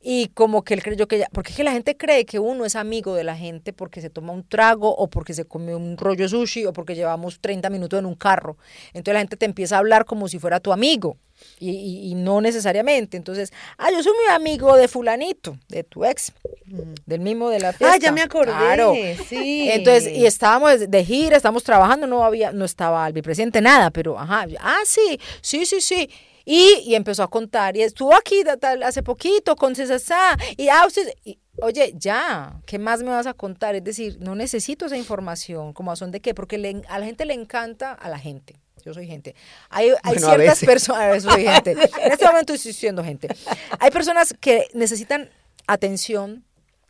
A: Y como que él creyó que ya, porque es que la gente cree que uno es amigo de la gente porque se toma un trago o porque se come un rollo sushi o porque llevamos 30 minutos en un carro. Entonces la gente te empieza a hablar como si fuera tu amigo. Y, y- y no necesariamente. Entonces, ah, yo soy muy amigo de fulanito, de tu ex, del mismo de la fiesta.
B: Ah, ya me acordé,
A: Claro.
B: sí.
A: Entonces, y estábamos de- de gira, estábamos trabajando, no había, no estaba Albi presente, nada, pero ajá, ah, sí, sí, sí, sí. Y, y empezó a contar, y estuvo aquí da- tal, hace poquito con César Sá, y ah, usted- y, oye, ya, ¿qué más me vas a contar? Es decir, no necesito esa información, como a son de qué, porque le en- a la gente le encanta a la gente. Yo soy gente. Hay, hay
B: Bueno, a
A: ciertas
B: veces.
A: personas, [LAUGHS] a veces soy gente. En este momento estoy siendo gente. Hay personas que necesitan atención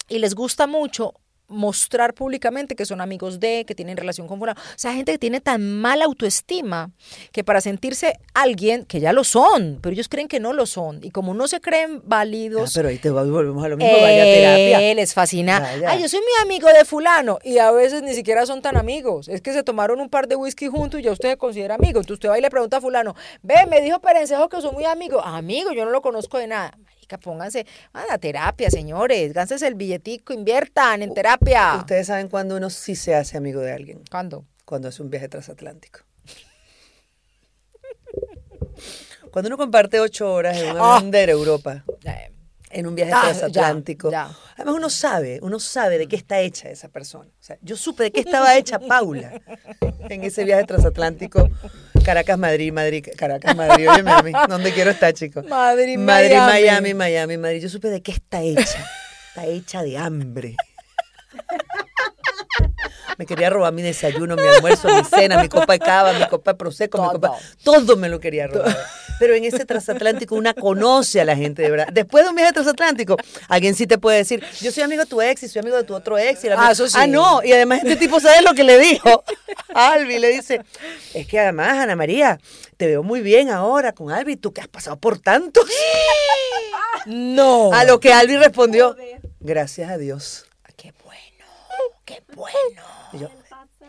A: y les gusta mucho mostrar públicamente que son amigos de, que tienen relación con fulano. O sea, gente que tiene tan mala autoestima que para sentirse alguien, que ya lo son, pero ellos creen que no lo son. Y como no se creen
B: Ah,
A: válidos,
B: pero ahí te va- volvemos a lo mismo, vaya terapia.
A: eh, les fascina.
B: Vaya.
A: Ay, yo soy mi amigo de fulano. Y a veces ni siquiera son tan amigos. Es que se tomaron un par de whisky juntos y ya usted se considera amigo. Entonces usted va y le pregunta a fulano, ve, me dijo Perencejo que soy muy amigo. Amigo, yo no lo conozco de nada. Marica, pónganse van a terapia, señores. Gánsense el billetico, inviertan en terapia.
B: Ustedes saben cuando uno sí se hace amigo de alguien,
A: ¿Cuándo?
B: cuando hace un viaje [LAUGHS] transatlántico. Cuando uno comparte ocho horas en un
A: Ah.
B: avión de Europa,
A: Eh,
B: en un viaje
A: Ah,
B: transatlántico.
A: ya, ya.
B: Además uno sabe, uno sabe de qué está hecha esa persona. O sea, yo supe de
A: [LAUGHS]
B: qué estaba hecha Paula en ese viaje transatlántico Caracas-Madrid, Madrid, Caracas-Madrid, óyeme a mí, ¿dónde quiero estar, chicos?
A: Madrid,
B: Madrid,
A: Miami.
B: Miami, Miami, Madrid. Yo supe de qué está hecha. Está hecha de hambre. Me quería robar mi desayuno, mi almuerzo, mi cena, mi copa de cava, mi copa de prosecco, mi
A: Todo.
B: copa... Todo me lo quería robar. Pero en ese transatlántico una conoce a la gente, de verdad. Después de un viaje transatlántico, alguien sí te puede decir, yo soy amigo de tu ex y soy amigo de tu otro ex. Y el
A: Ah,
B: amigo-
A: eso sí.
B: Ah, no. Y además este tipo sabe lo que le dijo. Albi le dice, es que además, Ana María, te veo muy bien ahora con Albi. Tú que has pasado por tanto.
A: No.
B: A lo que Albi respondió, gracias a Dios.
A: Qué bueno, qué bueno.
B: Y yo,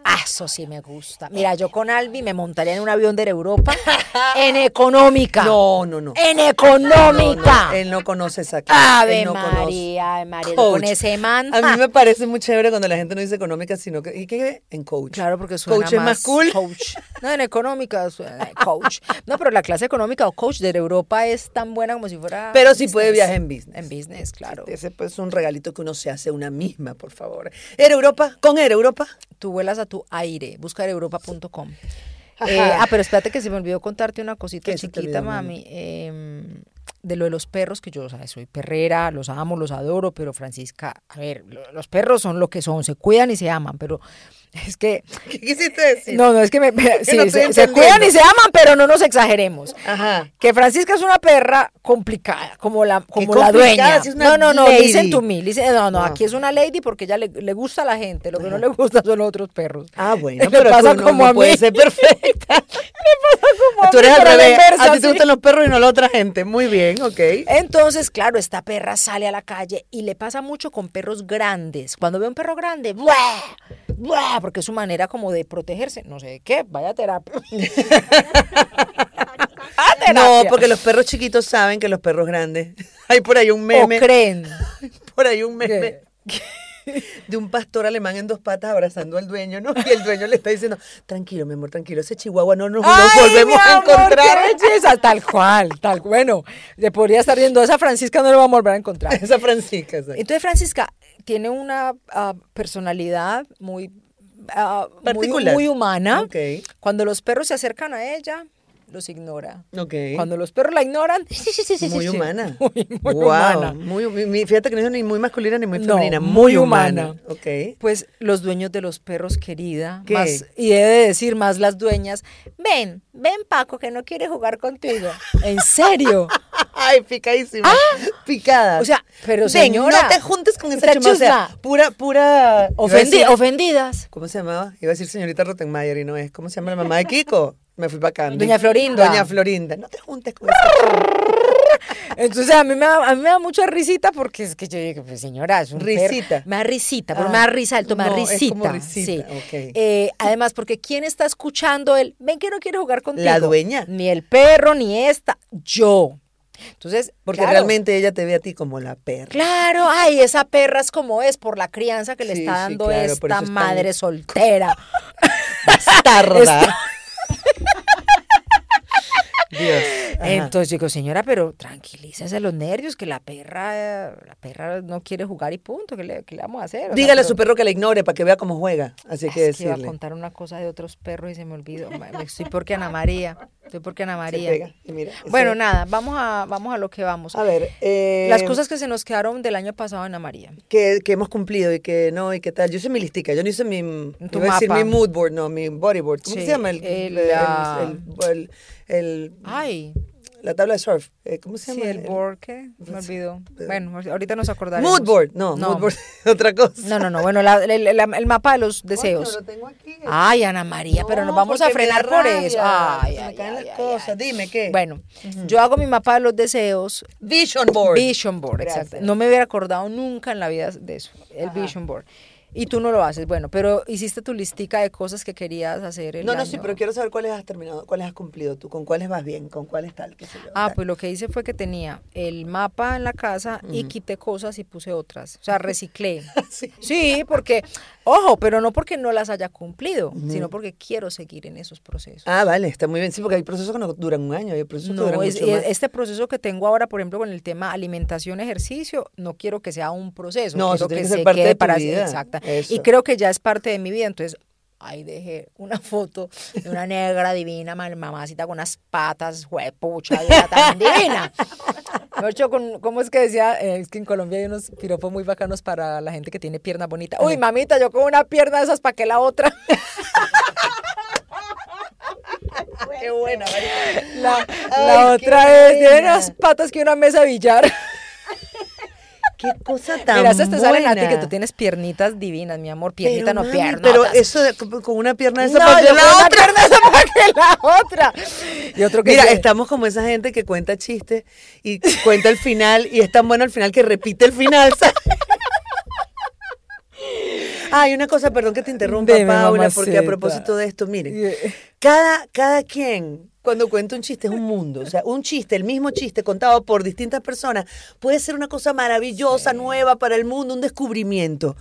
A: Ah, eso sí me gusta. Mira, yo con Albi me montaría en un avión de Europa en económica.
B: [LAUGHS] no, no, no.
A: En económica.
B: Él no conoce esa clase.
A: Ah. Ave
B: Él no conoce.
A: María, Ave María,
B: Coach.
A: con ese man.
B: A mí me parece muy chévere cuando la gente no dice económica, sino que. ¿Y qué? En coach.
A: Claro, porque suena
B: coach es más cool.
A: Coach. No, en económica suena coach. No, pero la clase económica o coach de Europa es tan buena como si fuera.
B: Pero sí puede
A: business.
B: viajar en business.
A: En business, claro.
B: Ese pues, es un regalito que uno se hace a una misma, por favor. ¿Era Europa? ¿Con Era Europa?
A: Tú vuelas a tu aire, buscar europa.com.
B: Ajá.
A: Eh, ah, pero espérate que se me olvidó contarte una cosita
B: ¿Qué se te
A: chiquita,
B: olvidó, mami?
A: mami. Eh, de lo de los perros, que yo o sea, soy perrera, los amo, los adoro, pero Francisca, a ver, lo- los perros son lo que son, se cuidan y se aman, pero [LAUGHS] es que
B: ¿Qué quisiste decir?
A: No, no, es que me,
B: [LAUGHS]
A: sí,
B: no estoy
A: se, se
B: entendiendo.
A: cuidan y se aman, pero no nos exageremos.
B: Ajá.
A: Que Francisca es una perra complicada, como la, como la
B: complicada,
A: dueña.
B: si es
A: no,
B: una
A: no, no,
B: lady.
A: dicen to me, dicen, no, no,
B: Ah.
A: aquí es una lady porque ya le, le gusta a la gente, lo que no le gusta son los otros perros.
B: Ah,
A: [LAUGHS]
B: bueno,
A: Le
B: pero
A: pasa
B: tú no,
A: como
B: no
A: a mí.
B: puedes
A: [LAUGHS]
B: ser perfecta.
A: Como a
B: tú
A: mí,
B: eres al
A: pero a la
B: revés.
A: inversa,
B: a ti te
A: sí.
B: gustan los perros y no la otra gente. Muy bien, ok.
A: Entonces, claro, esta perra sale a la calle y le pasa mucho con perros grandes. Cuando ve un perro grande, ¡buah! ¡buah! Porque es su manera como de protegerse. No sé de qué, vaya a terapia.
B: [LAUGHS]
A: [LAUGHS] A
B: No,
A: terapia.
B: porque los perros chiquitos saben que los perros grandes. [LAUGHS] Hay por ahí un
A: O
B: meme.
A: creen.
B: Por ahí un meme.
A: ¿Qué?
B: De un pastor alemán en dos patas abrazando al dueño, ¿no? Y el dueño le está diciendo, tranquilo, mi amor, tranquilo, ese chihuahua no nos, nos
A: ¡Ay,
B: volvemos
A: mi
B: a
A: amor,
B: encontrar.
A: qué belleza! Tal cual, tal Bueno, le podría estar yendo a esa Francisca, no le vamos a volver a encontrar.
B: [LAUGHS] Esa Francisca. esa.
A: [LAUGHS] Entonces, Francisca tiene una ah, personalidad muy, ah, muy-
B: Particular.
A: muy, humana.
B: Ok.
A: Cuando los perros se acercan a ella, los ignora.
B: Ok.
A: Cuando los perros la ignoran, [LAUGHS]
B: Muy humana.
A: Muy, muy
B: Wow,
A: humana.
B: muy- mi- mi- fíjate que no es ni muy masculina ni muy
A: No,
B: femenina.
A: muy
B: muy humana.
A: humana.
B: Ok. [LAUGHS]
A: Pues los dueños de los perros, querida,
B: ¿Qué?
A: más- y he de decir más las dueñas, ven, ven Paco, que no quiere jugar
B: [LAUGHS]
A: contigo. ¿En serio?
B: Ay, picadísima. Picada.
A: Ah. O sea, pero
B: Ven,
A: señora,
B: no te juntes con esa
A: esta
B: chuma, o sea,
A: chusma.
B: pura, pura.
A: Ofendi-
B: iba a decir-
A: ofendidas.
B: ¿Cómo se llamaba? Iba a decir señorita Rottenmeier y no es. ¿Cómo se llama la mamá de Kiko? Me fui para acá.
A: Doña Florinda.
B: Doña Florinda. No te juntes con esa.
A: Entonces a mí, me da, a mí me da mucha risita porque es que yo digo, pues señora, es un perro.
B: Risita.
A: Me da risita, pero
B: Ah.
A: me da risa alto, me da
B: No, es
A: risita.
B: como risita,
A: sí.
B: ok.
A: Eh, además, porque ¿quién está escuchando él? Ven que no quiere jugar contigo.
B: dueña.
A: Ni el perro, ni esta. Yo. Entonces,
B: Porque
A: claro,
B: realmente ella te ve a ti como la perra.
A: Claro, ay, esa perra es como es por la crianza que le
B: Sí,
A: está
B: sí,
A: dando
B: claro, por
A: esta
B: eso es tan-
A: madre
B: [LAUGHS]
A: soltera. [LAUGHS]
B: Bastarda. Dios. Ajá.
A: Entonces digo, señora, pero tranquilícese los nervios, que la perra, eh, la perra no quiere jugar y punto, ¿qué le, qué le vamos a hacer? O sea,
B: Dígale a
A: pero-
B: su perro que la ignore para que vea cómo juega. Así hay que
A: es que iba a
B: decirle.
A: contar una cosa de otros perros y se me olvidó. Ma- me- Estoy porque Ana María, estoy porque Ana
B: Se
A: María.
B: pega, y mira, eso-
A: Bueno, nada, vamos a, vamos a lo que vamos.
B: A ver, eh,
A: Las cosas que se nos quedaron del año pasado, Ana María.
B: que, que hemos cumplido y que no y qué tal. Yo hice mi listica, yo no hice mi,
A: Tu
B: iba a decir
A: mapa.
B: mi mood board, no, mi body board. ¿Cómo
A: Sí,
B: se llama? El,
A: el,
B: el- el-
A: ah.
B: el- el-
A: Ay,
B: la tabla de surf. Eh, ¿Cómo se
A: sí,
B: llama?
A: el board que me olvidó. Bueno, ahorita nos acordaremos.
B: Pues, Mood board, no, mood board [LAUGHS] es otra cosa.
A: No, no, no. Bueno, la- el, la- el mapa de los deseos.
B: Coño, lo tengo aquí.
A: Ay, Ana María, pero nos
B: No,
A: vamos a
B: porque me da
A: frenar por
B: rabia,
A: eso. Ay,
B: se me
A: ay,
B: caen
A: ay,
B: las
A: ay,
B: cosas.
A: ay.
B: Dime qué.
A: Bueno, yo hago mi mapa de los deseos,
B: Vision board.
A: Vision board, exacto.
B: Gracias.
A: No me hubiera acordado nunca en la vida de eso, el vision board. Y tú no lo haces, bueno, pero hiciste tu listica de cosas que querías hacer el
B: No, no,
A: año.
B: sí, pero quiero saber cuáles has terminado, cuáles has cumplido tú, con cuáles vas bien, con cuáles tal, qué sé yo.
A: Ah,
B: tal.
A: pues lo que hice fue que tenía el mapa en la casa y quité cosas y puse otras. O sea, reciclé.
B: Sí.
A: Sí, porque, ojo, pero no porque no las haya cumplido, sino porque quiero seguir en esos procesos.
B: Ah, vale, está muy bien. Sí, porque hay procesos que no duran un año, hay procesos que
A: No,
B: duran
A: es-
B: mucho más.
A: es- este proceso que tengo ahora, por ejemplo, con el tema alimentación, ejercicio, no quiero que sea un proceso.
B: No, eso
A: quiero
B: tiene que ser parte de tu vida.
A: Exacta. Y
B: Eso.
A: creo que ya es parte de mi vida. Entonces, ahí dejé una [LAUGHS] foto de una negra divina, mal- mamacita con unas patas, huepucha, y era tan divina. De hecho, con, ¿cómo es que decía? Eh, es que en Colombia hay unos piropos muy bacanos para la gente que tiene piernas bonitas. Uy, mamita, yo con una pierna de esas, ¿para qué la otra?
B: Qué buena, María.
A: La,
B: [LAUGHS] Ay,
A: la
B: qué
A: otra es, tiene
B: pena.
A: unas patas que una mesa de billar.
B: Qué cosa tan
A: Mira, esas te salen a ti que
B: buena.
A: tú tienes piernitas divinas, mi amor. Piernita
B: Pero,
A: no,
B: mami,
A: pierna.
B: Pero eso de- con con una pierna de esa
A: no,
B: parte
A: yo
B: de la
A: la
B: otra.
A: pierna esa [LAUGHS] para que la otra. Y otro que
B: Mira,
A: dice,
B: estamos como esa gente que cuenta chistes y cuenta el final y es tan bueno el final que repite el final,
A: [LAUGHS]
B: ¿sabes? Ay, una cosa, perdón que te interrumpa,
A: Dime,
B: Paula, porque a
A: mamacita.
B: propósito de esto, miren,
A: eh,
B: cada, cada quien, cuando cuenta un chiste, es un mundo. O sea, un chiste, el mismo chiste contado por distintas personas, puede ser una cosa maravillosa, nueva para el mundo, un descubrimiento.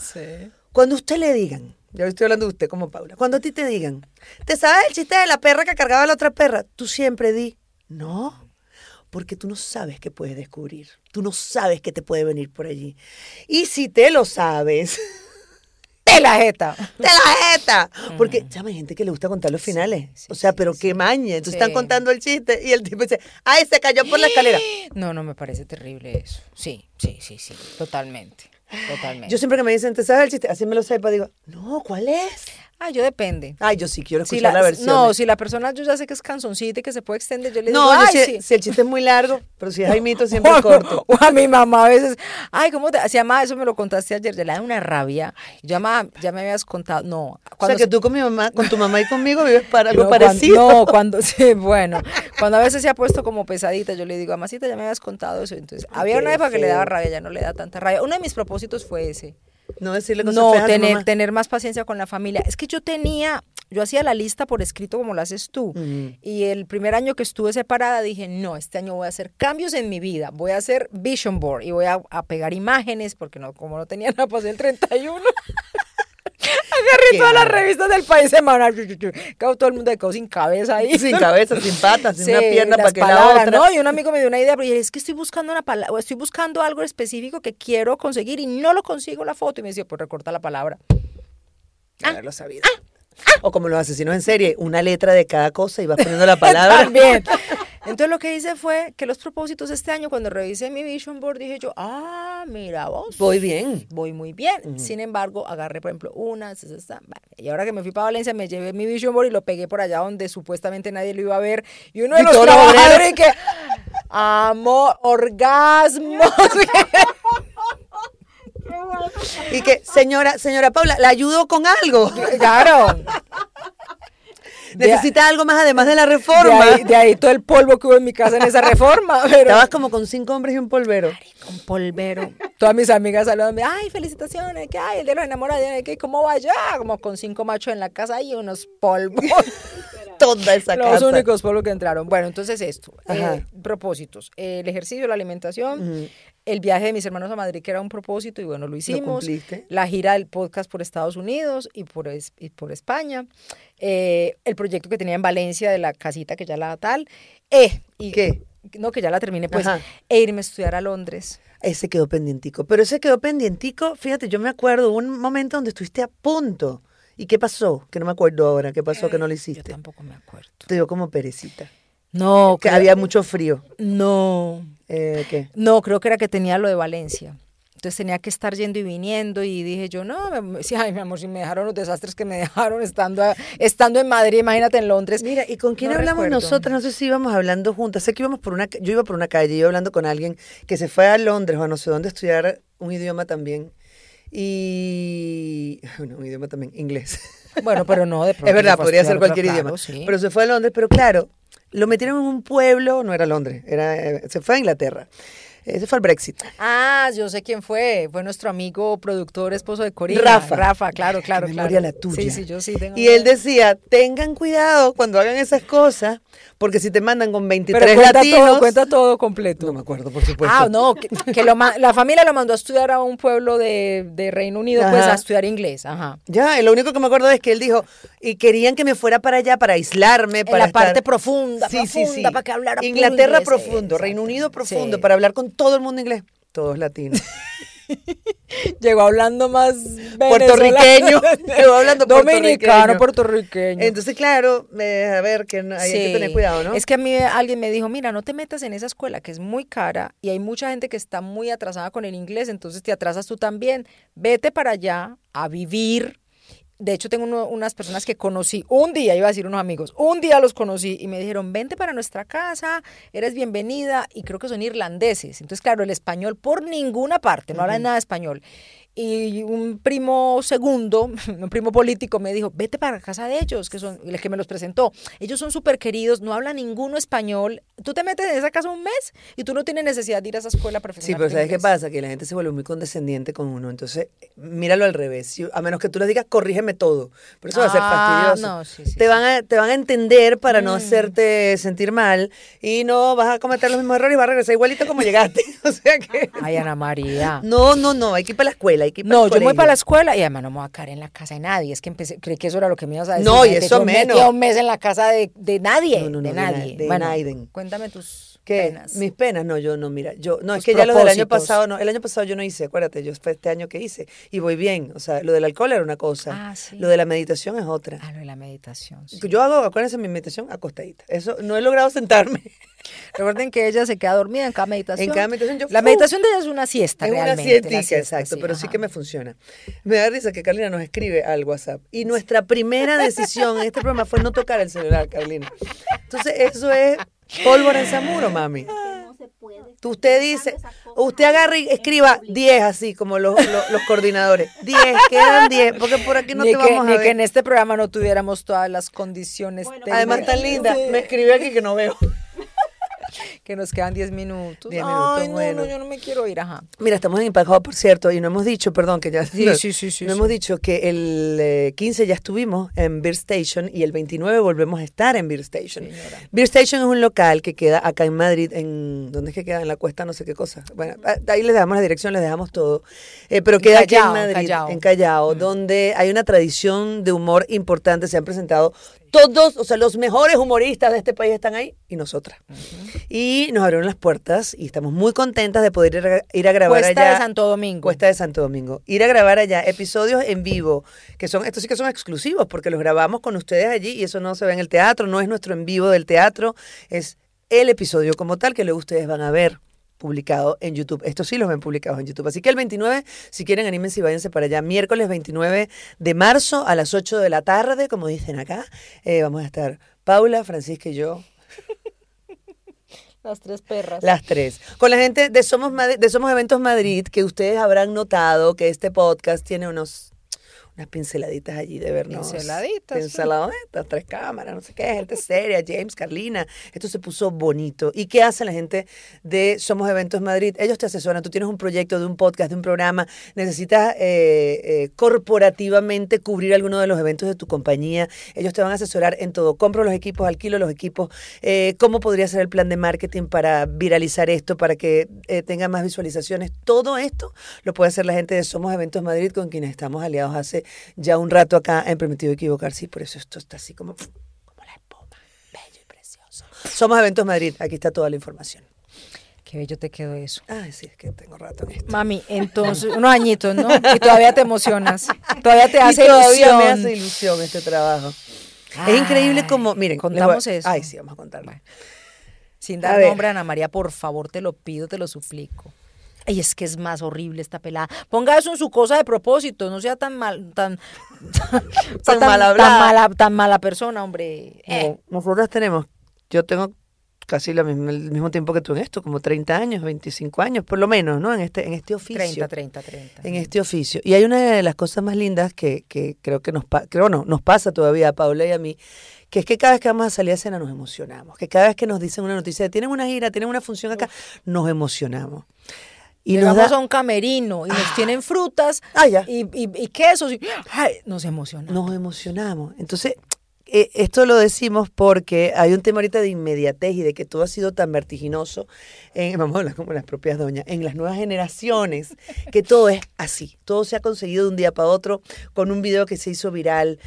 B: Cuando a usted le digan, ya estoy hablando de usted como Paula, cuando a ti te digan, ¿te sabes el chiste de la perra que cargaba a la otra perra? Tú siempre di, no, porque tú no sabes qué puedes descubrir, tú no sabes qué te puede venir por allí. Y si te lo sabes, [LAUGHS]
A: de la jeta.
B: ¡te la jeta!
A: Mm.
B: Porque, chama, hay gente que le gusta contar los finales, o sea, pero qué maña, entonces
A: Sí.
B: están contando el chiste y el tipo dice, ¡ay, se cayó por la escalera!
A: No, no, me parece terrible eso. Sí, sí, sí, sí, totalmente. Totalmente.
B: Yo siempre que me dicen, ¿te sabes el chiste? Así me lo sepa, digo, no, ¿cuál es?
A: ah, yo depende.
B: Ay, yo sí quiero
A: Si
B: escuchar
A: la,
B: la, versión. ¿eh?
A: no, si la persona yo ya sé que es canzoncita y que se puede extender, yo le digo,
B: No, yo
A: ay,
B: si,
A: sí.
B: si el chiste es muy largo, pero si es
A: [LAUGHS]
B: Jaimito siempre
A: o, a-
B: corto.
A: o a mi mamá a veces, ay, ¿cómo te se llama? Eso me lo contaste ayer, yo le da una rabia. Ya, ma- ya me habías contado, no.
B: O sea
A: cuando
B: que tú con mi mamá, con tu mamá y conmigo vives para algo
A: No, cuan-
B: parecido.
A: no, cuando, [LAUGHS] sí, bueno, cuando a veces se ha puesto como pesadita, yo le digo, amacita, ya me habías contado eso. Entonces, había una
B: qué
A: época que le daba
B: feo.
A: rabia, ya no le da tanta rabia. Uno de mis propósitos fue ese.
B: No decirle cosas
A: No,
B: feas a tu
A: tener,
B: mamá.
A: tener más paciencia con la familia. Es que yo tenía, yo hacía la lista por escrito como la haces tú. Y el primer año que estuve separada dije, no, este año voy a hacer cambios en mi vida. Voy a hacer vision board y voy a, a pegar imágenes porque no, como no tenía nada, pasé el 31. [LAUGHS] Agarré
B: Qué
A: todas las
B: bárbaro.
A: revistas del país semanal. Quedó todo el mundo de quedó sin cabeza ahí.
B: [LAUGHS] Sin cabeza, sin patas, sin una
A: Sí,
B: pierna para
A: las
B: que
A: palabras,
B: la otra.
A: ¿no? Y un amigo me dio una idea, pero yo le dije, es que estoy buscando una pala- o estoy buscando algo específico que quiero conseguir y no lo consigo la foto. Y me decía, pues recorta la palabra.
B: Haberlo sabido. O como los asesinos en serie, una letra de cada cosa y vas
A: [LAUGHS]
B: poniendo la palabra.
A: También. Entonces lo que hice fue que los propósitos este año, cuando revisé mi vision board, dije yo, ah, mira vos.
B: Voy bien.
A: voy muy bien. Sin embargo, agarré, por ejemplo, una, se- se- se- va. y ahora que me fui para Valencia, me llevé mi vision board y lo pegué por allá donde supuestamente nadie lo iba a ver. Y uno de
B: Y
A: los
B: todos los
A: trabajadores que, amor, orgasmo.
B: [LAUGHS] Y que, señora, señora Paula, ¿la ayudo con algo?
A: [LAUGHS] claro. De-
B: Necesita algo más además de la
A: De
B: reforma.
A: ahí, de ahí todo el polvo que hubo en mi casa en esa reforma. [LAUGHS] Pero
B: Estabas como con cinco hombres y un polvero.
A: con polvero. Todas mis amigas saludándome, ay, felicitaciones, que ay, el de los enamorados, que cómo va ya, como con cinco machos en la casa y unos polvos. [LAUGHS]
B: toda esa
A: Los
B: casa.
A: únicos pueblos que entraron. Bueno, entonces esto.
B: Ajá.
A: eh, propósitos. eh, el ejercicio, la alimentación,
B: Ujú.
A: el viaje de mis hermanos a Madrid, que era un propósito, y bueno, lo hicimos.
B: cumpliste.
A: la gira del podcast por Estados Unidos y por, es- y por España. eh, el proyecto que tenía en Valencia de la casita, que ya la tal. Eh, y,
B: ¿Qué?
A: No, que ya la terminé, pues.
B: Ajá.
A: E irme a estudiar a Londres.
B: Ese quedó pendientico. Pero ese quedó pendientico, fíjate, yo me acuerdo hubo un momento donde estuviste a punto. ¿Y qué pasó? Que no me acuerdo ahora. ¿Qué pasó que no
A: Yo
B: lo hiciste?
A: tampoco me acuerdo.
B: Te dio como perecita.
A: No,
B: Que
A: creo-
B: había mucho frío.
A: No.
B: Eh, ¿Qué?
A: No, creo que era que tenía lo de Valencia. Entonces tenía que estar yendo y viniendo y dije yo, no, me- me decía, ay, mi amor, si me dejaron los desastres que me [LAUGHS] dejaron estando, a- estando en Madrid, imagínate en Londres.
B: Mira, ¿y con quién
A: No
B: hablamos
A: recuerdo.
B: nosotras? No sé si íbamos hablando juntas. Sé que íbamos por una, ca- yo iba por una calle, iba hablando con alguien que se fue a Londres o a no sé dónde a estudiar un idioma también. Y, [LAUGHS] bueno, un idioma también, inglés.
A: [LAUGHS] Bueno, pero no, de pronto.
B: es verdad,
A: se fue a
B: podría ser
A: estudiar otro-
B: cualquier
A: claro,
B: idioma.
A: sí.
B: Pero se fue a Londres, pero claro, lo metieron en un pueblo, no era Londres, era, eh, se fue a Inglaterra. Ese fue el Brexit.
A: Ah, yo sé quién fue. Fue nuestro amigo productor, esposo de Corina.
B: Rafa.
A: Rafa, claro, claro,
B: Qué
A: claro.
B: memoria la tuya.
A: Sí, sí, yo sí tengo.
B: Y él decía, tengan cuidado cuando hagan esas cosas, porque si te mandan con 23
A: Pero cuenta
B: latinos...
A: todo, cuenta todo completo.
B: No me acuerdo, por supuesto.
A: Ah, no, que, que lo ma- la familia lo mandó a estudiar a un pueblo de, de Reino Unido, pues
B: Ajá.
A: a estudiar inglés, ajá.
B: Ya, y lo único que me acuerdo es que él dijo, y querían que me fuera para allá, para aislarme, para
A: la
B: estar-
A: parte profunda,
B: Sí, sí,
A: profunda,
B: sí.
A: para que hablara puro
B: Inglaterra
A: inglés,
B: profundo,
A: exacto.
B: Reino Unido profundo,
A: Sí.
B: para hablar con todo el mundo inglés. Todos latinos.
A: Llegó hablando más
B: [LAUGHS] Puertorriqueño.
A: venezolano.
B: Llegó hablando
A: Dominicano,
B: puertorriqueño.
A: puertorriqueño.
B: Entonces, claro, eh, a ver, que no- ahí hay que
A: Sí.
B: tener cuidado, ¿no?
A: Es que a mí alguien me dijo, mira, no te metas en esa escuela que es muy cara y hay mucha gente que está muy atrasada con el inglés, entonces te atrasas tú también. Vete para allá a vivir. De hecho, tengo uno- unas personas que conocí un día, iba a decir unos amigos, un día los conocí y me dijeron, vente para nuestra casa, eres bienvenida, y creo que son irlandeses. Entonces, claro, el español por ninguna parte, no hablan nada de español. Y un primo segundo, [LAUGHS] un primo político me dijo, vete para casa de ellos, que son el que me los presentó. Ellos son súper queridos, no hablan ninguno español. Tú te metes en esa casa un mes y tú no tienes necesidad de ir a esa escuela
B: Sí,
A: profesional.
B: pero ¿sabes qué pasa? Que la gente se vuelve muy condescendiente con uno. Entonces, míralo al revés. Si- a menos que tú les digas, corrígeme todo. Pero eso va a ser
A: Ah,
B: fastidioso.
A: no, sí, Mm. sí,
B: te,
A: sí.
B: van a, te van a entender para no hacerte sentir mal y no vas a cometer los mismos errores y vas a regresar
A: [LAUGHS]
B: igualito como llegaste. [LAUGHS] o sea que...
A: Ay, Ana María.
B: No, no, no. Hay que ir para la escuela. Hay que ir para
A: Ah. No,
B: el
A: yo me voy
B: pues colegio.
A: para la escuela y además no me voy a caer en la casa de nadie. Es que empecé, creí que eso era lo que me ibas a decir.
B: No, y
A: Imagínate,
B: eso
A: yo
B: menos.
A: metía un mes en la casa de, de nadie.
B: No, no, no,
A: de
B: de
A: nadie.
B: na- de
A: bueno,
B: Naiden.
A: cuéntame tus
B: ¿Qué?
A: penas.
B: Mis penas, no, yo no, mira, yo, no, es
A: Tus
B: que ya lo del año
A: propósitos.
B: pasado, no, el año pasado yo no hice, acuérdate, yo fue este año que hice, y voy bien, o sea, lo del alcohol era una cosa,
A: Ah, sí.
B: lo de la meditación es otra.
A: Ah, lo de la meditación. sí.
B: Yo hago, acuérdense, mi meditación acostadita, eso, no he logrado sentarme.
A: Recuerden que ella se queda dormida en cada meditación.
B: En cada meditación yo-
A: la
B: ¡Uh!
A: meditación de ella es una siesta,
B: Es una
A: realmente. la
B: científica,
A: siesta,
B: exacto, pero sí
A: ajá.
B: que me funciona. Me da risa que Carolina nos escribe al WhatsApp. Y nuestra primera decisión en este programa fue no tocar el celular, Carolina. Entonces, eso es pólvora en Zamuro, mami. Tú usted dice, usted agarra y escriba 10 así, como los, los- los coordinadores. 10, quedan 10, porque por aquí no
A: ni
B: te
A: que,
B: vamos
A: ni
B: a
A: que
B: ver. pues,
A: en este programa no tuviéramos todas las condiciones
B: Además, tan
A: técnicas.
B: linda, me escribió aquí que no veo.
A: que nos quedan 10 minutos.
B: 10 minutos,
A: Ay, no,
B: bueno.
A: no, yo no me quiero ir, ajá.
B: Mira, estamos en Impact Hub, por cierto, y no hemos dicho, perdón, que ya.
A: Sí,
B: [LAUGHS] no,
A: sí, sí, sí,
B: No
A: sí.
B: hemos dicho que el eh, 15 ya estuvimos en Beer Station y el 29 volvemos a estar en Beer Station. Beer Station es un local que queda acá en Madrid, en. ¿Dónde es que queda? En la cuesta, no sé qué cosa. Bueno, ah, ahí les damos la dirección, les dejamos todo. Eh, pero queda aquí en
A: Callao,
B: Madrid,
A: Callao.
B: en Callao, donde hay una tradición de humor importante. Se han presentado todos, o sea, los mejores humoristas de este país están ahí y nosotras. Y nos abrieron las puertas y estamos muy contentas de poder ir a, ir a grabar
A: Cuesta
B: allá.
A: de Santo Domingo.
B: Cuesta de Santo Domingo. Ir a grabar allá episodios en vivo, que son, estos sí que son exclusivos, porque los grabamos con ustedes allí y eso no se ve en el teatro, no es nuestro en vivo del teatro, es el episodio como tal que luego ustedes van a ver publicado en YouTube. Estos sí los ven publicados en YouTube. Así que el 29, si quieren, anímense y váyanse para allá. Miércoles 29 de marzo a las 8 de la tarde, como dicen acá, eh, vamos a estar Paula, Francisca y yo
A: Las tres perras.
B: las tres. Con la gente de Somos, Madri- de Somos Eventos Madrid, que ustedes habrán notado que este podcast tiene unos unas pinceladitas allí de vernos.
A: Pinceladitas, sí.
B: Pinceladitas, tres cámaras, no sé qué, gente seria, James, Carlina. Esto se puso bonito. ¿Y qué hace la gente de Somos Eventos Madrid? Ellos te asesoran, tú tienes un proyecto de un podcast, de un programa, necesitas eh, eh, corporativamente cubrir alguno de los eventos de tu compañía. Ellos te van a asesorar en todo. Compro los equipos, alquilo los equipos, eh, cómo podría ser el plan de marketing para viralizar esto, para que eh, tenga más visualizaciones. Todo esto lo puede hacer la gente de Somos Eventos Madrid, con quienes estamos aliados hace ya un rato acá en Permitido Equivocarse, y por eso esto está así como, como la espuma, bello y precioso. Somos Eventos Madrid, aquí está toda la información.
A: Qué bello te quedó eso.
B: Ay, sí, es que tengo rato en esto.
A: Mami, entonces, unos añitos, ¿no? Y todavía te emocionas. Todavía te hace
B: y todavía me
A: ilusión.
B: hace ilusión este trabajo. es increíble
A: Ay,
B: como, miren, les voy a-
A: contamos eso.
B: Ay, sí, vamos a contarlo.
A: Sin
B: A
A: dar
B: ver.
A: nombre a Ana María, por favor, te lo pido, te lo suplico. Ay, es que es más horrible esta pelada. Ponga eso en su cosa de propósito, no sea tan mal,
B: [LAUGHS]
A: tan,
B: Tan mal hablada.
A: tan mala, tan mala persona, hombre. Eh,
B: Como Nosotras tenemos, yo tengo casi la misma- el mismo tiempo que tú en esto, como 30 años, 25 años, por lo menos, ¿no? En este, en este
A: 30,
B: oficio.
A: 30, 30.
B: En este oficio. Y hay una de las cosas más lindas que, que creo que nos, pa- creo no, nos pasa todavía a Paula y a mí, que es que cada vez que vamos a salir a cena nos emocionamos, que cada vez que nos dicen una noticia, de, tienen una gira, tienen una función acá, nos emocionamos. Y nos
A: Llegamos
B: da,
A: a un camerino y nos tienen frutas
B: Ah, ya.
A: Y, y, y quesos. y- ay, nos emociona.
B: nos emocionamos. Entonces, eh, esto lo decimos porque hay un tema ahorita de inmediatez y de que todo ha sido tan vertiginoso, en, [LAUGHS] vamos a hablar como las propias doñas, en las nuevas generaciones, que todo es así, todo se ha conseguido de un día para otro con un video que se hizo viral.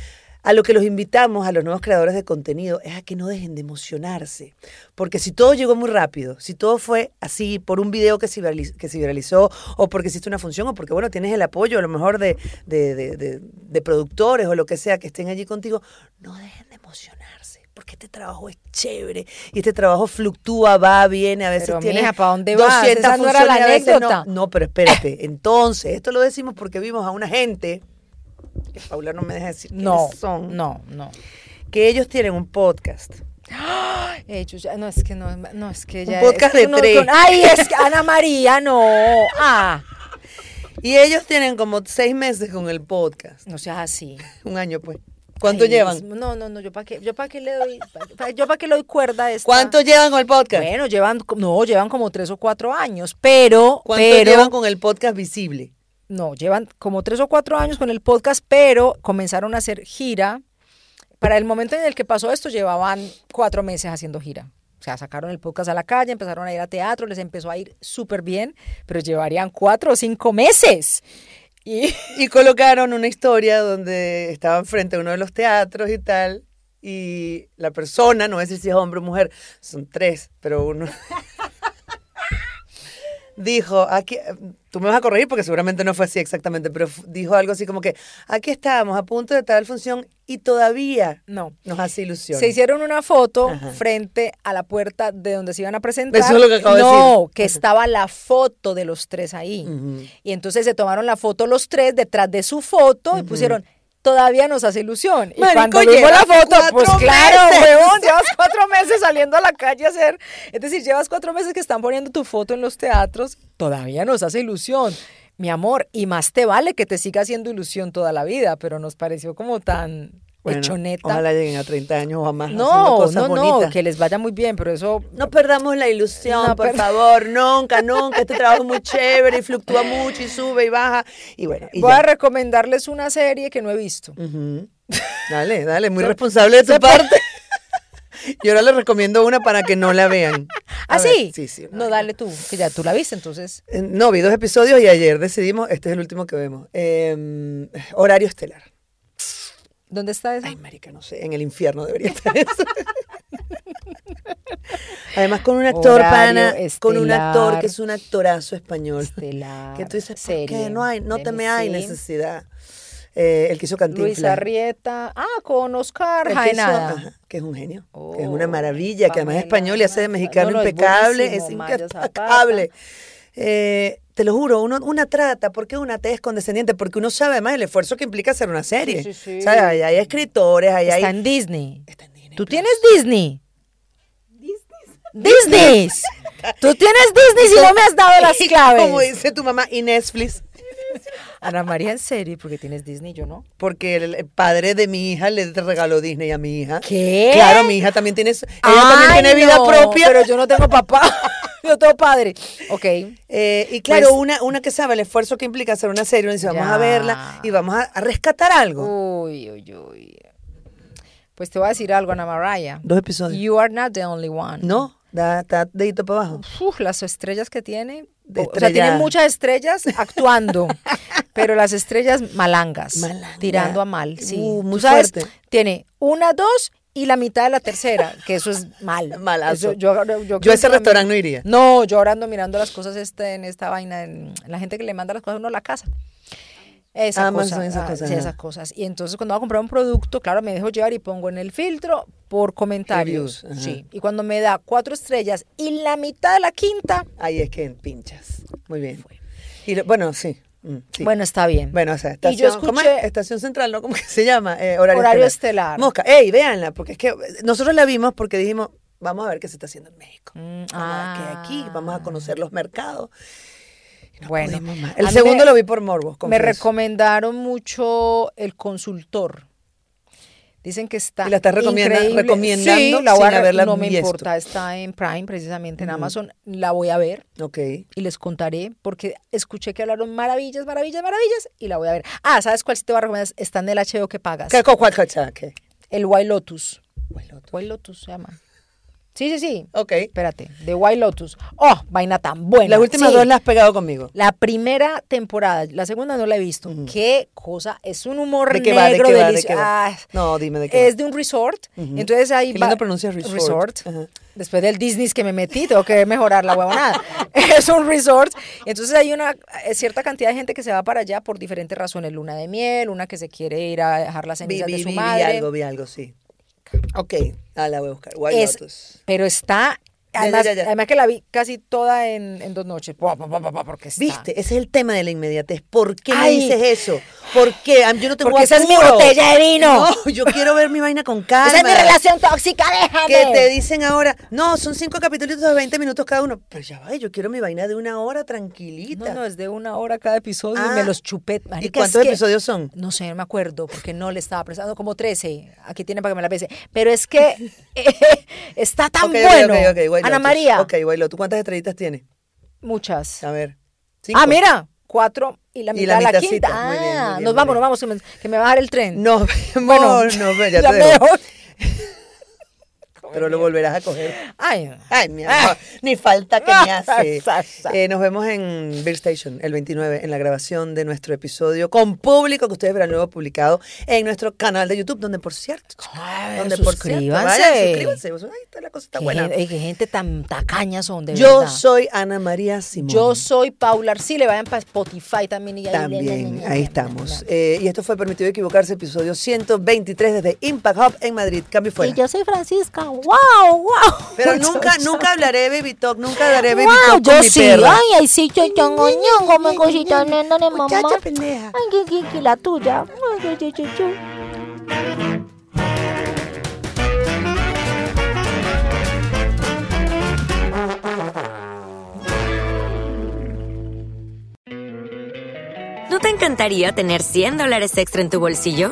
B: A lo que los invitamos a los nuevos creadores de contenido es a que no dejen de emocionarse. Porque si todo llegó muy rápido, si todo fue así por un video que se viraliz- que se viralizó, o porque hiciste una función, o porque bueno, tienes el apoyo a lo mejor de, de- de- de- de productores o lo que sea que estén allí contigo, no dejen de emocionarse. Porque este trabajo es chévere y este trabajo fluctúa, va, viene, a veces
A: Pero,
B: tienes
A: mija, ¿pa' dónde vas? Esa no era la
B: funciones, a veces no.
A: anécdota.
B: no, pero espérate. Entonces, esto lo decimos porque vimos a una gente que Paula no me deja decir
A: No,
B: quiénes son,
A: no,
B: [GASPS]
A: no.
B: que ellos tienen un podcast.
A: Hechos, ya- no es que no, no es que
B: Un
A: ya.
B: podcast
A: es que
B: de
A: uno-
B: tres.
A: con- ay, es que Ana María, no. Ah,
B: Y ellos tienen como seis meses con el podcast.
A: no seas así.
B: Un año, pues. ¿Cuánto
A: Ay,
B: llevan?
A: Dios, No, no, no. Yo para qué, yo para qué le doy, pa- pa- yo para qué le doy cuerda a esta.
B: ¿Cuánto llevan con el podcast?
A: Bueno, llevan, co- no, llevan como tres o cuatro años, pero,
B: ¿Cuánto
A: pero,
B: llevan con el podcast visible?
A: no, llevan como tres o cuatro años con el podcast, pero comenzaron a hacer gira. Para el momento en el que pasó esto, llevaban cuatro meses haciendo gira. O sea, sacaron el podcast a la calle, empezaron a ir a teatro, les empezó a ir súper bien, pero llevarían cuatro o cinco meses. Y [LAUGHS]
B: Y colocaron una historia donde estaban frente a uno de los teatros y tal. Y la persona, no voy a decir si es hombre o mujer, son tres, pero uno. [LAUGHS] dijo, aquí, tú me vas a corregir porque seguramente no fue así exactamente, pero fu- dijo algo así como que, aquí estábamos a punto de tal función y todavía
A: no.
B: nos hace ilusión.
A: Se hicieron una foto
B: Ajá.
A: frente a la puerta de donde se iban a presentar.
B: Eso es lo que acabo de
A: No,
B: decir.
A: que estaba la foto de los tres ahí.
B: Ujú.
A: Y entonces se tomaron la foto los tres detrás de su foto y pusieron, todavía nos hace ilusión. Y
B: Marico,
A: cuando vimos la
B: llevas
A: foto,
B: cuatro
A: pues claro,
B: meses.
A: [LAUGHS] huevón, llevas cuatro meses saliendo a la calle a hacer. Es decir, llevas cuatro meses que están poniendo tu foto en los teatros, todavía nos hace ilusión. Mi amor, y más te vale que te siga haciendo ilusión toda la vida, pero nos pareció como tan
B: Bueno,
A: hechoneta.
B: Ojalá lleguen a 30 años o a más. haciendo
A: No,
B: cosas
A: no, no,
B: bonitas.
A: que les vaya muy bien, pero eso
B: No perdamos la ilusión,
A: No
B: por
A: per-
B: favor, nunca, nunca. Este trabajo es muy chévere y fluctúa mucho y sube y baja. Y bueno, y
A: voy
B: ya. Mm,
A: a recomendarles una serie que no he visto.
B: Ujú. Dale, dale, muy responsable de tu parte. [LAUGHS] Y ahora les recomiendo una para que no la vean. A
A: ¿Ah,
B: ver,
A: sí?
B: Sí, sí.
A: No, dale tú, que ya tú la viste, entonces.
B: Eh, No, vi dos episodios y ayer decidimos, este es el último que vemos. Eh, horario estelar.
A: ¿Dónde está esa?
B: Ay, marica, no sé, en el infierno debería estar eso. [LAUGHS] Además, con un actor,
A: Horario
B: pana, con un
A: estelar.
B: actor que es un actorazo español.
A: Estelar,
B: que tú dices, ¿por
A: Este, serie
B: qué? No, hay, no
A: de
B: te me
A: mi
B: hay
A: sí.
B: necesidad. Eh, el que hizo Cantinflas.
A: Luis Arrieta. Ah, con Oscar
B: El que hizo-
A: Jaenada.
B: ajá, que es un genio, que es
A: Oh,
B: una maravilla, que además es
A: Pamela
B: español y hace de
A: Massa.
B: mexicano
A: No, no, es
B: impecable, es,
A: buenísimo, Maya Zapata.
B: impecable. Eh, te lo juro, uno, una trata, porque una te es condescendiente, porque uno sabe además el esfuerzo que implica hacer una serie.
A: sí, sí.
B: O sea, ahí hay escritores, ahí
A: Está
B: hay...
A: en Disney.
B: Está en Disney [LAUGHS]
A: ¿Tú tienes Disney? Disney.
B: [LAUGHS]
A: Tú tienes Disney si no me has dado las
B: Y [LAUGHS] Como
A: claves.
B: dice tu mamá, y Netflix.
A: Ana María, en serio, porque tienes Disney, yo no.
B: Porque el el padre de mi hija le regaló Disney a mi hija.
A: ¿Qué?
B: Claro, mi hija también tiene, su- ella también
A: Ay,
B: tiene vida
A: no,
B: propia.
A: Pero yo no tengo papá. [LAUGHS] yo tengo padre. Ok.
B: Eh, y claro,
A: Pues-
B: una, una que sabe el esfuerzo que implica hacer una serie, uno dice, vamos
A: Ya.
B: a verla y vamos a, a rescatar algo.
A: Uy, uy, uy. Pues te voy a decir algo, Ana María.
B: Dos episodios.
A: You are not the only one.
B: No, da, da dedito para abajo.
A: Uf, las estrellas que tiene.
B: De
A: o sea, tiene
B: estrella.
A: muchas estrellas
B: [LAUGHS]
A: actuando, pero las estrellas malangas,
B: Malanga.
A: tirando a mal. Sí.
B: Uh, muy
A: Tú sabes,
B: fuerte.
A: Tiene una, dos y la mitad de la tercera, que eso es mal.
B: [LAUGHS] Malazo.
A: Eso- yo, yo- yo creo
B: Yo a ese
A: que
B: restaurante
A: también-
B: no iría.
A: No, yo ahora ando mirando las cosas este, en esta vaina, en la gente que le manda las cosas a uno a la casa. Esa
B: Amazon,
A: cosa,
B: esas
A: ah,
B: cosas,
A: sí,
B: ajá.
A: esas cosas. Y entonces cuando voy a comprar un producto, claro, me dejo llevar y pongo en el filtro por comentarios.
B: Reviews, ajá.
A: sí. Y cuando me da cuatro estrellas y la mitad de la quinta,
B: Ahí es que pinchas. Muy bien. Y lo- bueno, sí. mm, sí.
A: bueno, está bien.
B: Bueno, o sea,
A: Y yo
B: estación, ¿cómo es?
A: escuché-
B: Estación Central, ¿no? ¿Cómo que se llama? Eh, horario,
A: Horario Estelar.
B: Mosca, ey, véanla, porque es que nosotros la vimos porque dijimos, vamos a ver qué se está haciendo en México.
A: Mm, ah.
B: vamos a ver qué hay aquí, vamos a conocer los mercados.
A: bueno,
B: pudimos más.
A: a
B: El
A: mí
B: segundo
A: me-
B: lo vi por Morbo.
A: Me
B: confieso.
A: recomendaron mucho el consultor. Dicen que está
B: ¿Y la estás recomienda-
A: increíble.
B: recomendando
A: Sí, la voy a
B: sin
A: re-
B: haberla
A: no me
B: visto?
A: importa, está en Prime precisamente en Amazon, la voy a ver
B: Ok.
A: y les contaré porque escuché que hablaron maravillas, maravillas, maravillas y la voy a ver. Ah, ¿sabes cuál sí te voy a recomendar? Está en el HBO que pagas.
B: ¿Qué, cuál, cachaque?
A: El White Lotus.
B: Bueno, tú-
A: White Lotus se llama. Sí, sí, sí.
B: Ok.
A: Espérate, The White Lotus. Oh, vaina tan buena.
B: Las últimas
A: Sí.
B: dos las has pegado conmigo.
A: La primera temporada, la segunda no la he visto. Qué cosa, es un humor
B: ¿De qué
A: negro
B: va? ¿De qué va? ¿De
A: delici-
B: qué va?
A: Ah,
B: No, dime de qué va.
A: Es de un resort, entonces ahí
B: Qué
A: va-
B: lindo pronuncias resort. Ajá.
A: Después del Disney que me metí, tengo que mejorar la
B: [LAUGHS]
A: huevonada. es un resort, entonces hay una eh, cierta cantidad de gente que se va para allá por diferentes razones, luna de miel, una que se quiere ir a dejar las
B: Vi,
A: cenizas
B: vi,
A: de
B: vi,
A: su
B: vi
A: madre.
B: algo, vi algo, sí. Ok, ah, la voy a buscar. White
A: Es-
B: Lotus.
A: pero está
B: Ya,
A: además,
B: ya, ya, ya.
A: además que la vi casi toda en, en dos noches. Pa, pa, pa, pa, pa, porque está-
B: ¿Viste? Ese es el tema de la inmediatez. ¿Por qué me
A: Ay.
B: dices eso? ¿Por qué? Am- Yo no tengo
A: Porque esa es mi
B: apuro.
A: botella de vino.
B: No, yo quiero ver mi vaina con calma.
A: Esa es mi relación tóxica, déjame.
B: Que te dicen ahora, no, son cinco capítulos de 20 minutos cada uno. Pero ya va, yo quiero mi vaina de una hora tranquilita.
A: No, no, es de una hora cada episodio
B: Ah.
A: y me los chupé.
B: ¿Y
A: Marica, es
B: cuántos
A: que-
B: episodios son?
A: No sé, no me acuerdo, porque no le estaba prestando como 13. Aquí tiene para que me la pese. Pero es que
B: [LAUGHS]
A: eh, está tan
B: Ok, ok,
A: bueno.
B: ok, ok, White
A: Ana
B: Lotus.
A: María,
B: Ok, Guaylo, ¿tú cuántas estrellitas tienes?
A: muchas.
B: A ver. cinco.
A: Ah, mira, cuatro y la
B: Y
A: mitad
B: la
A: de la
B: mitadcita.
A: quinta.
B: Muy bien, muy
A: Ah,
B: bien,
A: nos
B: muy
A: vamos,
B: bien.
A: nos vamos, que me, que me va a dar el tren.
B: Nos vemos.
A: [LAUGHS]
B: No, no, ya
A: la
B: te dejo.
A: mejor.
B: Pero lo volverás a coger.
A: Ay, no.
B: Ay, mi amor, ni falta que
A: [LAUGHS]
B: me hace.
A: Ah, Sa, sa.
B: Eh, nos vemos en Beer Station el 29 en la grabación de nuestro episodio con público que ustedes verán luego publicado en nuestro canal de YouTube, donde por cierto,
A: Ay,
B: donde por cierto, vayan, suscríbanse. Ahí está la cosa está
A: Qué
B: buena.
A: gente, qué gente tan tacaña son, de
B: Yo
A: verdad.
B: soy Ana María Simón.
A: Yo soy Paula Arcile, vayan para Spotify también. Y ahí-
B: también, ahí estamos. Eh, y esto fue Permitido Equivocarse, episodio 123 desde Impact Hub en Madrid. Cambio y fuera.
C: Y yo soy Francisca. ¡Wow! ¡Wow!
B: Pero nunca, nunca hablaré de Baby Talk, nunca daré Baby
C: ¡Wow!
B: Talk con
C: Yo
B: mi
C: sí.
B: perra.
C: Ay, ahí sí, yo ñongo, ñongo, me cosita, nena, de mamá.
B: Muchacha pendeja.
C: Ay, que, que, que la tuya. Ay, yo, yo, yo, yo.
D: ¿No te encantaría tener 100 dólares extra en tu bolsillo?